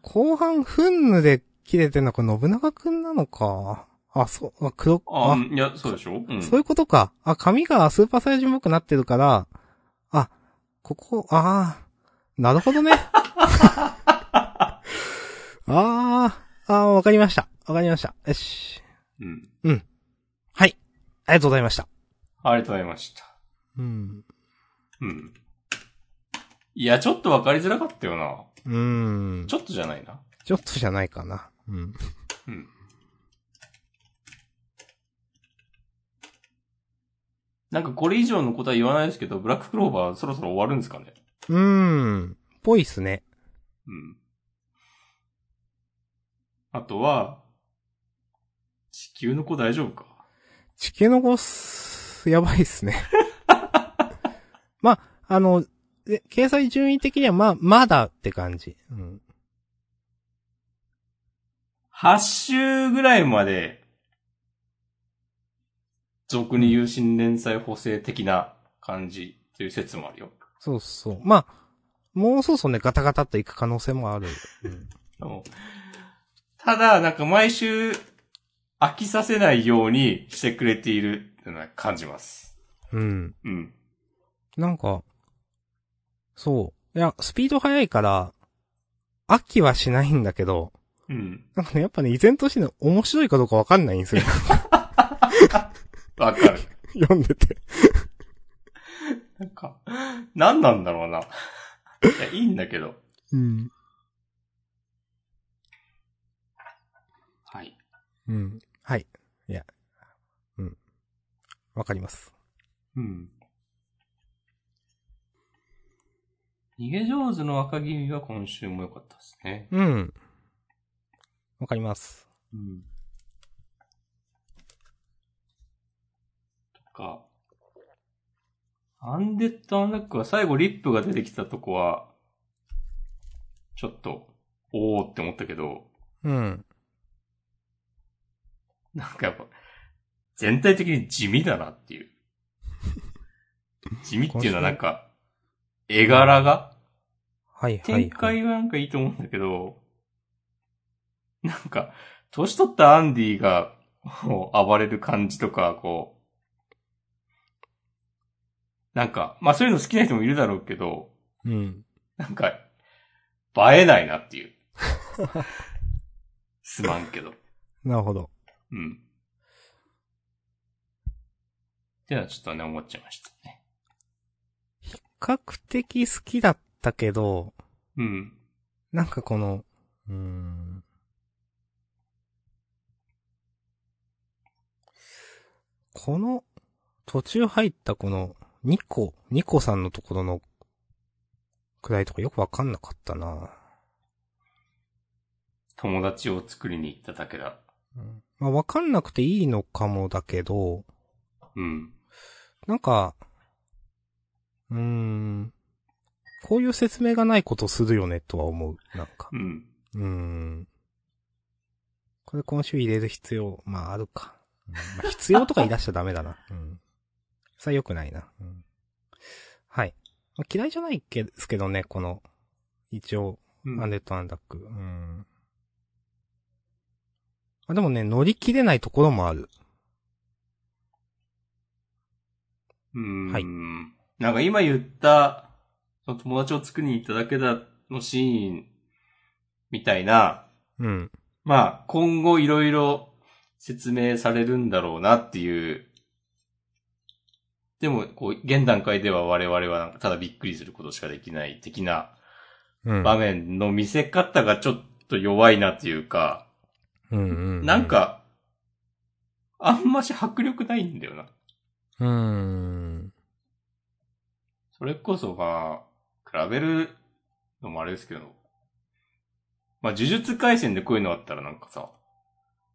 S2: 後半、フンヌで切れてんのか、信長くんなのか。あ、そう、あ黒、
S1: あ、うんいや、そうでしょうん。
S2: そういうことか。あ、髪がスーパーサイヤ人っぽくなってるから、あ、ここ、ああ、なるほどね。 *laughs* ああ、ああ、わかりました。わかりました。よし。
S1: うん。
S2: はい。ありがとうございました。
S1: ありがとうございました。
S2: うん。
S1: うん。いや、ちょっとわかりづらかったよな。
S2: うん。
S1: ちょっとじゃないな。
S2: ちょっとじゃないかな。うん。
S1: うん。なんかこれ以上のことは言わないですけど、ブラッククローバーそろそろ終わるんですかね
S2: うん。ぽいっすね。
S1: うん。あとは、地球の子大丈夫か
S2: 地球の子す、やばいっすね。 *laughs* まあ、あの、え掲載順位的にはまあ、まだって感じ。うん。
S1: ?8 週ぐらいまで、俗に言う新連載補正的な感じという説もあるよ。
S2: そうそう。まあ、もうそろそろね、ガタガタっと行く可能性もある。
S1: でもただ、なんか毎週飽きさせないようにしてくれているっていうのは感じます。
S2: うん。
S1: うん。
S2: なんか、そう。いや、スピード速いから、飽きはしないんだけど、
S1: うん。
S2: なんかね、やっぱね、依然としてね、面白いかどうかわかんないん *laughs* ですよ。
S1: わかる。
S2: 読んでて。
S1: なんか、何なんだろうな。いや、いいんだけど。
S2: うん。
S1: はい。
S2: うん。はい。いや。うん。わかります。
S1: うん。逃げ上手の若君は今週も良かったですね。
S2: うん。わかります。
S1: うん。とか、アンデッドアンラックは最後リップが出てきたとこは、ちょっと、おーって思ったけど、
S2: うん。
S1: なんかやっぱ、全体的に地味だなっていう。地味っていうのはなんか、絵柄が
S2: はいはい、はい。
S1: 展開はなんかいいと思うんだけど、なんか、年取ったアンディが、こう、暴れる感じとか、こう、なんか、まあそういうの好きな人もいるだろうけど、
S2: うん。
S1: なんか、映えないなって
S2: *laughs*
S1: いう。すまんけど。
S2: なるほど。
S1: うん。っていうのはちょっとね、思っちゃいましたね。
S2: 比較的好きだったけど、
S1: うん。
S2: なんかこの、うーん。この、途中入ったこの、ニコ、ニコさんのところの、くらいとかよくわかんなかったな、
S1: 友達を作りに行っただけだ。
S2: まあわかんなくていいのかもだけど、
S1: うん。
S2: なんか、うーん。こういう説明がないことするよね、とは思う。なんか。
S1: うん。
S2: うーん。これ今週入れる必要、まああるか。うんまあ、必要とか言い出しちゃダメだな。 *laughs* うん。それは良くないな。うん、はい。まあ嫌いじゃないけですけどね、この、一応、
S1: うん
S2: アンデッドアンダック。うん。あでもね、乗り切れないところもある。
S1: うーん。
S2: はい
S1: なんか今言った、その友達を作りに行っただけだのシーンみたいな、
S2: うん。
S1: まあ今後いろいろ説明されるんだろうなっていう。でも、こう、現段階では我々はなんかただびっくりすることしかできない的な
S2: うん。
S1: 場面の見せ方がちょっと弱いなっていうか、
S2: うんうん。
S1: なん、か、あんまし迫力ないんだよな。
S2: うん。
S1: それこそまあ、比べるのもあれですけど、まあ、呪術回戦でこういうのあったらなんかさ、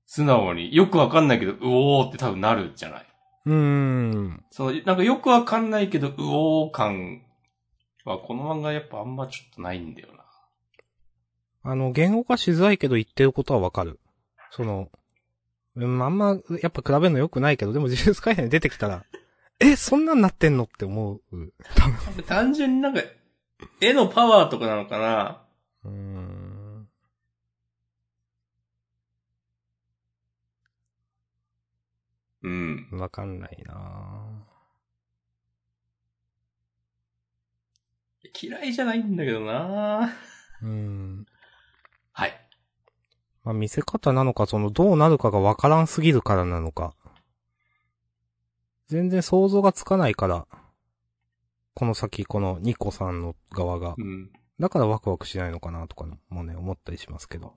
S1: 素直によくわかんないけど、うおーって多分なるじゃない。
S2: うん。
S1: その、なんかよくわかんないけど、うおー感は、この漫画やっぱあんまちょっとないんだよな。
S2: あの、言語化しづらいけど言ってることはわかる。その、うん、あんま、やっぱ比べるの良くないけど、でも呪術回戦で出てきたら、 *laughs* え、そんなんなってんのって思う。多分。
S1: 単純になんか、絵のパワーとかなのかな
S2: うん。
S1: うん。
S2: わかんないな
S1: 嫌いじゃないんだけどな
S2: うん。
S1: はい。
S2: まあ、見せ方なのか、その、どうなるかがわからんすぎるからなのか。全然想像がつかないから、この先、このニコさんの側が
S1: う。ん。
S2: だからワクワクしないのかなとかもね、思ったりしますけど。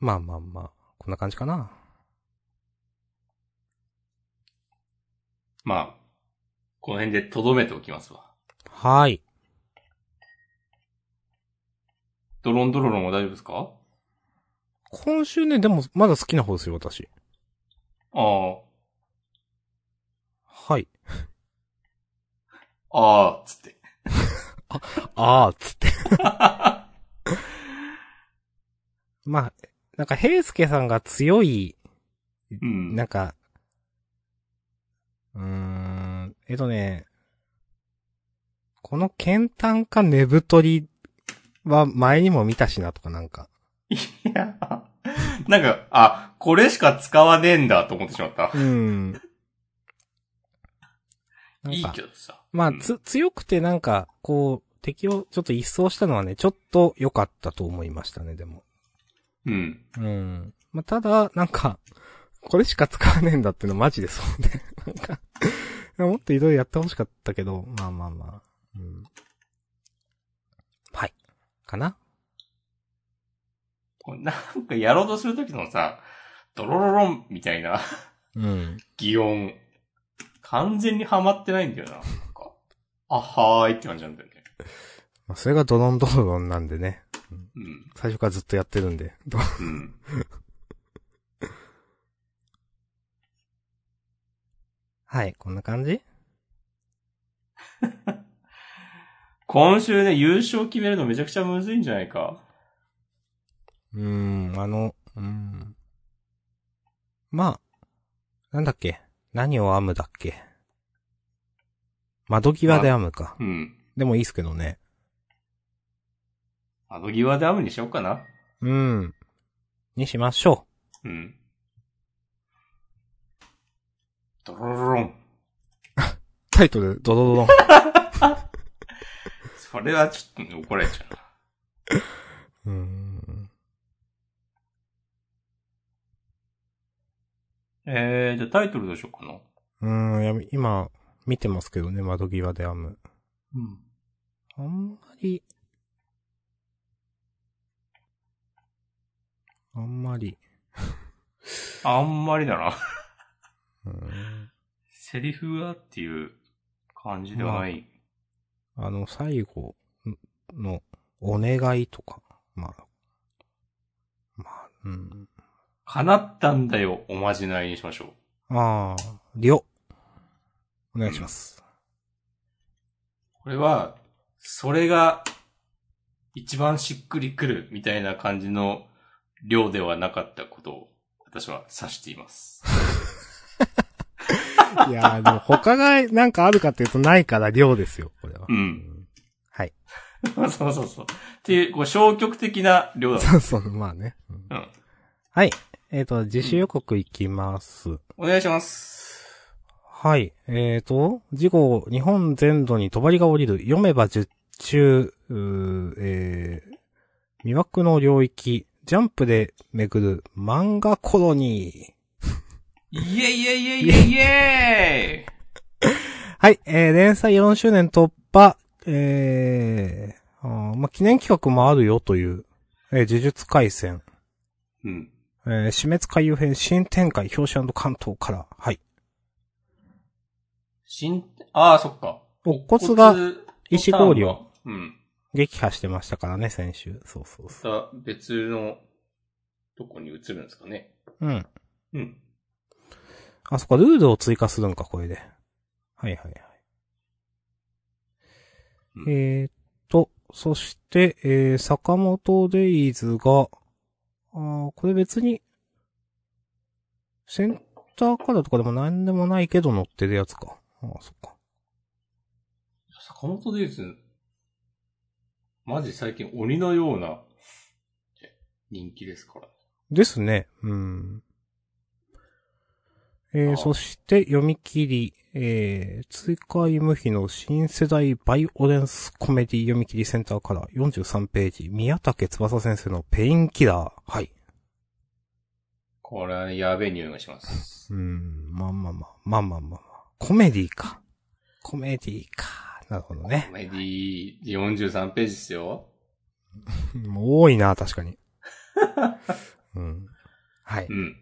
S2: まあまあまあ、こんな感じかな。
S1: まあ、この辺でとどめておきますわ。
S2: はい。
S1: ドロンドロロンは大丈夫ですか
S2: 今週ね、でも、まだ好きな方ですよ、私。
S1: あ
S2: はい。
S1: あ、ああ、つって。
S2: あー、つって。 *laughs* まあ、なんか、平介さんが強い、
S1: うん。 *laughs*
S2: なんか、うーん、えっとね、この剣炭かねぶとりは前にも見たしなとかなんか。
S1: いや、なんか、あ、これしか使わねえんだと思ってしまった
S2: う。ん。なん
S1: いい
S2: か
S1: けどさ。
S2: まあ、
S1: うん
S2: つ、強くてなんか、こう、敵をちょっと一掃したのはね、ちょっと良かったと思いましたね、でも。
S1: うん。
S2: うん。まあ、ただ、なんか、これしか使わねえんだってのマジでそうね。なんか、もっといろいろやってほしかったけど、まあまあまあ。うん。はい。かな
S1: こうなんかやろうとするときのさ、ドロロロンみたいな
S2: うん。
S1: 擬音、完全にはまってないんだよな。なんかあ、はーいって感じなんだよね。
S2: まあ、それがドロンドロンなんでね。
S1: うん。
S2: 最初からずっとやってる
S1: *laughs*
S2: んで。ど
S1: うん。
S2: はい、こんな感じ
S1: 今週ね、優勝決めるのめちゃくちゃむずいんじゃないか。
S2: うーん、あの、うーん。まあ、なんだっけ何を編むだっけ窓際で編むか。
S1: うん。
S2: でもいいっすけどね。
S1: 窓際で編むにしようかな。
S2: うん。にしましょ
S1: うん。ドロロロン。
S2: う。タイトル、ド *laughs* ドドドン。
S1: それはちょっと怒られちゃうな。
S2: うーん。
S1: えー、じゃあタイトルどうしようかな。
S2: うーん、やめ今、見てますけどね、窓際で編む。
S1: うん。
S2: あんまり、あんまり、
S1: あんまりだな。
S2: うーん。
S1: セリフはっていう感じではない。
S2: あの、最後のお願いとか、まあ、まあ、うん。
S1: 叶ったんだよ、おまじないにしましょう。
S2: ああ、りょ。お願いします。
S1: これは、それが、一番しっくりくる、みたいな感じの量ではなかったことを、私は指しています。
S2: いやーでも他がなんかあるかっていうとないから、りょですよ、これは。
S1: う。
S2: うんんはい。
S1: そうそうそう。っていう、こう、消極的な量だった。
S2: そうそう、まあね。うん
S1: うん
S2: はい。えっ、と、自主予告いきます。
S1: お願いします。
S2: はい。えーと、事後、日本全土に帳が降りる、読めば十中、うーえー、魅惑の領域、ジャンプで巡る漫画コロニ
S1: イエイエイエイエイエ
S2: ー。はい。えー、連載4周年突破、えー、あーまあ、記念企画もあるよという、えー、呪術回戦。
S1: イうん。
S2: えー、死滅回遊編新展開表紙関東から。はい。
S1: 新、ああ、そっか。
S2: 肋骨が石氷を
S1: を。うん。
S2: 撃破してましたからね、先週。そうそうそ
S1: また別のとこに移るんですかね。
S2: う。うん。
S1: うん。
S2: あ、そっか、ルールを追加するんか、これで。はいはいはい。
S1: うん
S2: えーっと、そして、えー、坂本デイズが、あーこれ別に、センターからとかでも何でもないけど乗ってるやつか。あーそっか。
S1: 坂本デイズ、マジ最近鬼のような人気ですから。
S2: ですね。うん。え
S1: あ
S2: ー、
S1: ー
S2: そして、読み切り、えー、追加イムヒの新世代バイオレンスコメディ読み切りセンターから43ページ、宮武翼先生のペインキラー。はい。
S1: これはねやべえ匂いがします。
S2: うん、まあまあまあ、まあまあまあまあ。コメディか。コメディか。なるほどね
S1: コ。メディ43ページですよ。
S2: もう多いな、確か
S1: *laughs*
S2: に。うん。はい。
S1: うん。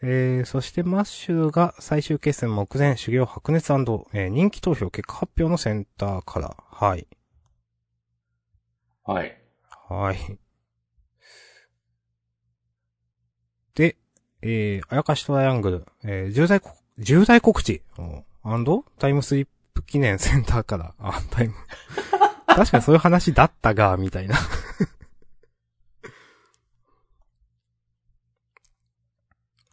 S2: えー、そしてマッシュが最終決戦目前修行白熱、えー、人気投票結果発表のセンターから。はい。
S1: はい。
S2: はい。で、えー、あやかしトライアングル、えー、重大こ、重大告知、おアンドタイムスリップ記念センターから、あ、タイ
S1: *laughs*
S2: ム。確かにそういう話だったが、みたいな。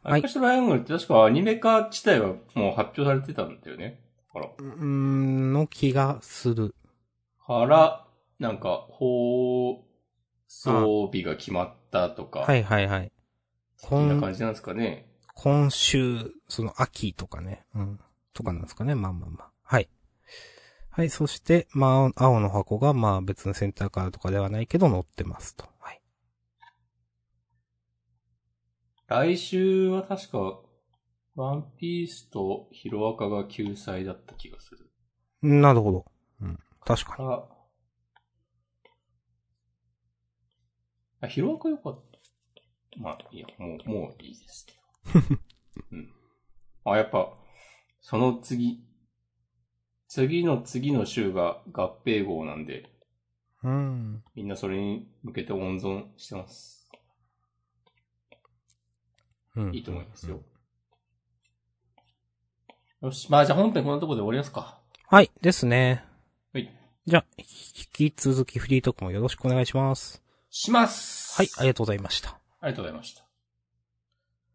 S2: は
S1: はいい。昔のライアングルって確かアニメ化自体はもう発表されてたんだよね。ほら。
S2: うーん、の気がする。
S1: から、なんか、放送日が決まったとか、
S2: はいはいはい。
S1: こんな
S2: 今、
S1: 感じなんですかね。
S2: 今週、その秋とかね。うん。とかなんですかね。まあまあまあ。はい。はい。そして、まあ、青の箱が、まあ別のセンターからとかではないけど載ってますと。はい。
S1: 来週は確か、ワンピースとヒロアカが救済だった気がする。
S2: なるほど。うん。確かに。
S1: あ、あヒロアカよかった。まあ、いや、もう、もういいですけ
S2: *laughs*
S1: ど。うん。あ、やっぱ、その次、次の次の週が合併号なんで、
S2: うん。
S1: みんなそれに向けて温存してます。
S2: うん。
S1: いいと思いますよ。。よし、まあじゃあ本編こんなところで終わりますか。
S2: はい。ですね。
S1: はい。
S2: じゃあ、引き続きフリートークもよろしくお願いします。
S1: します
S2: はい。ありがとうございました。
S1: ありがとうございました。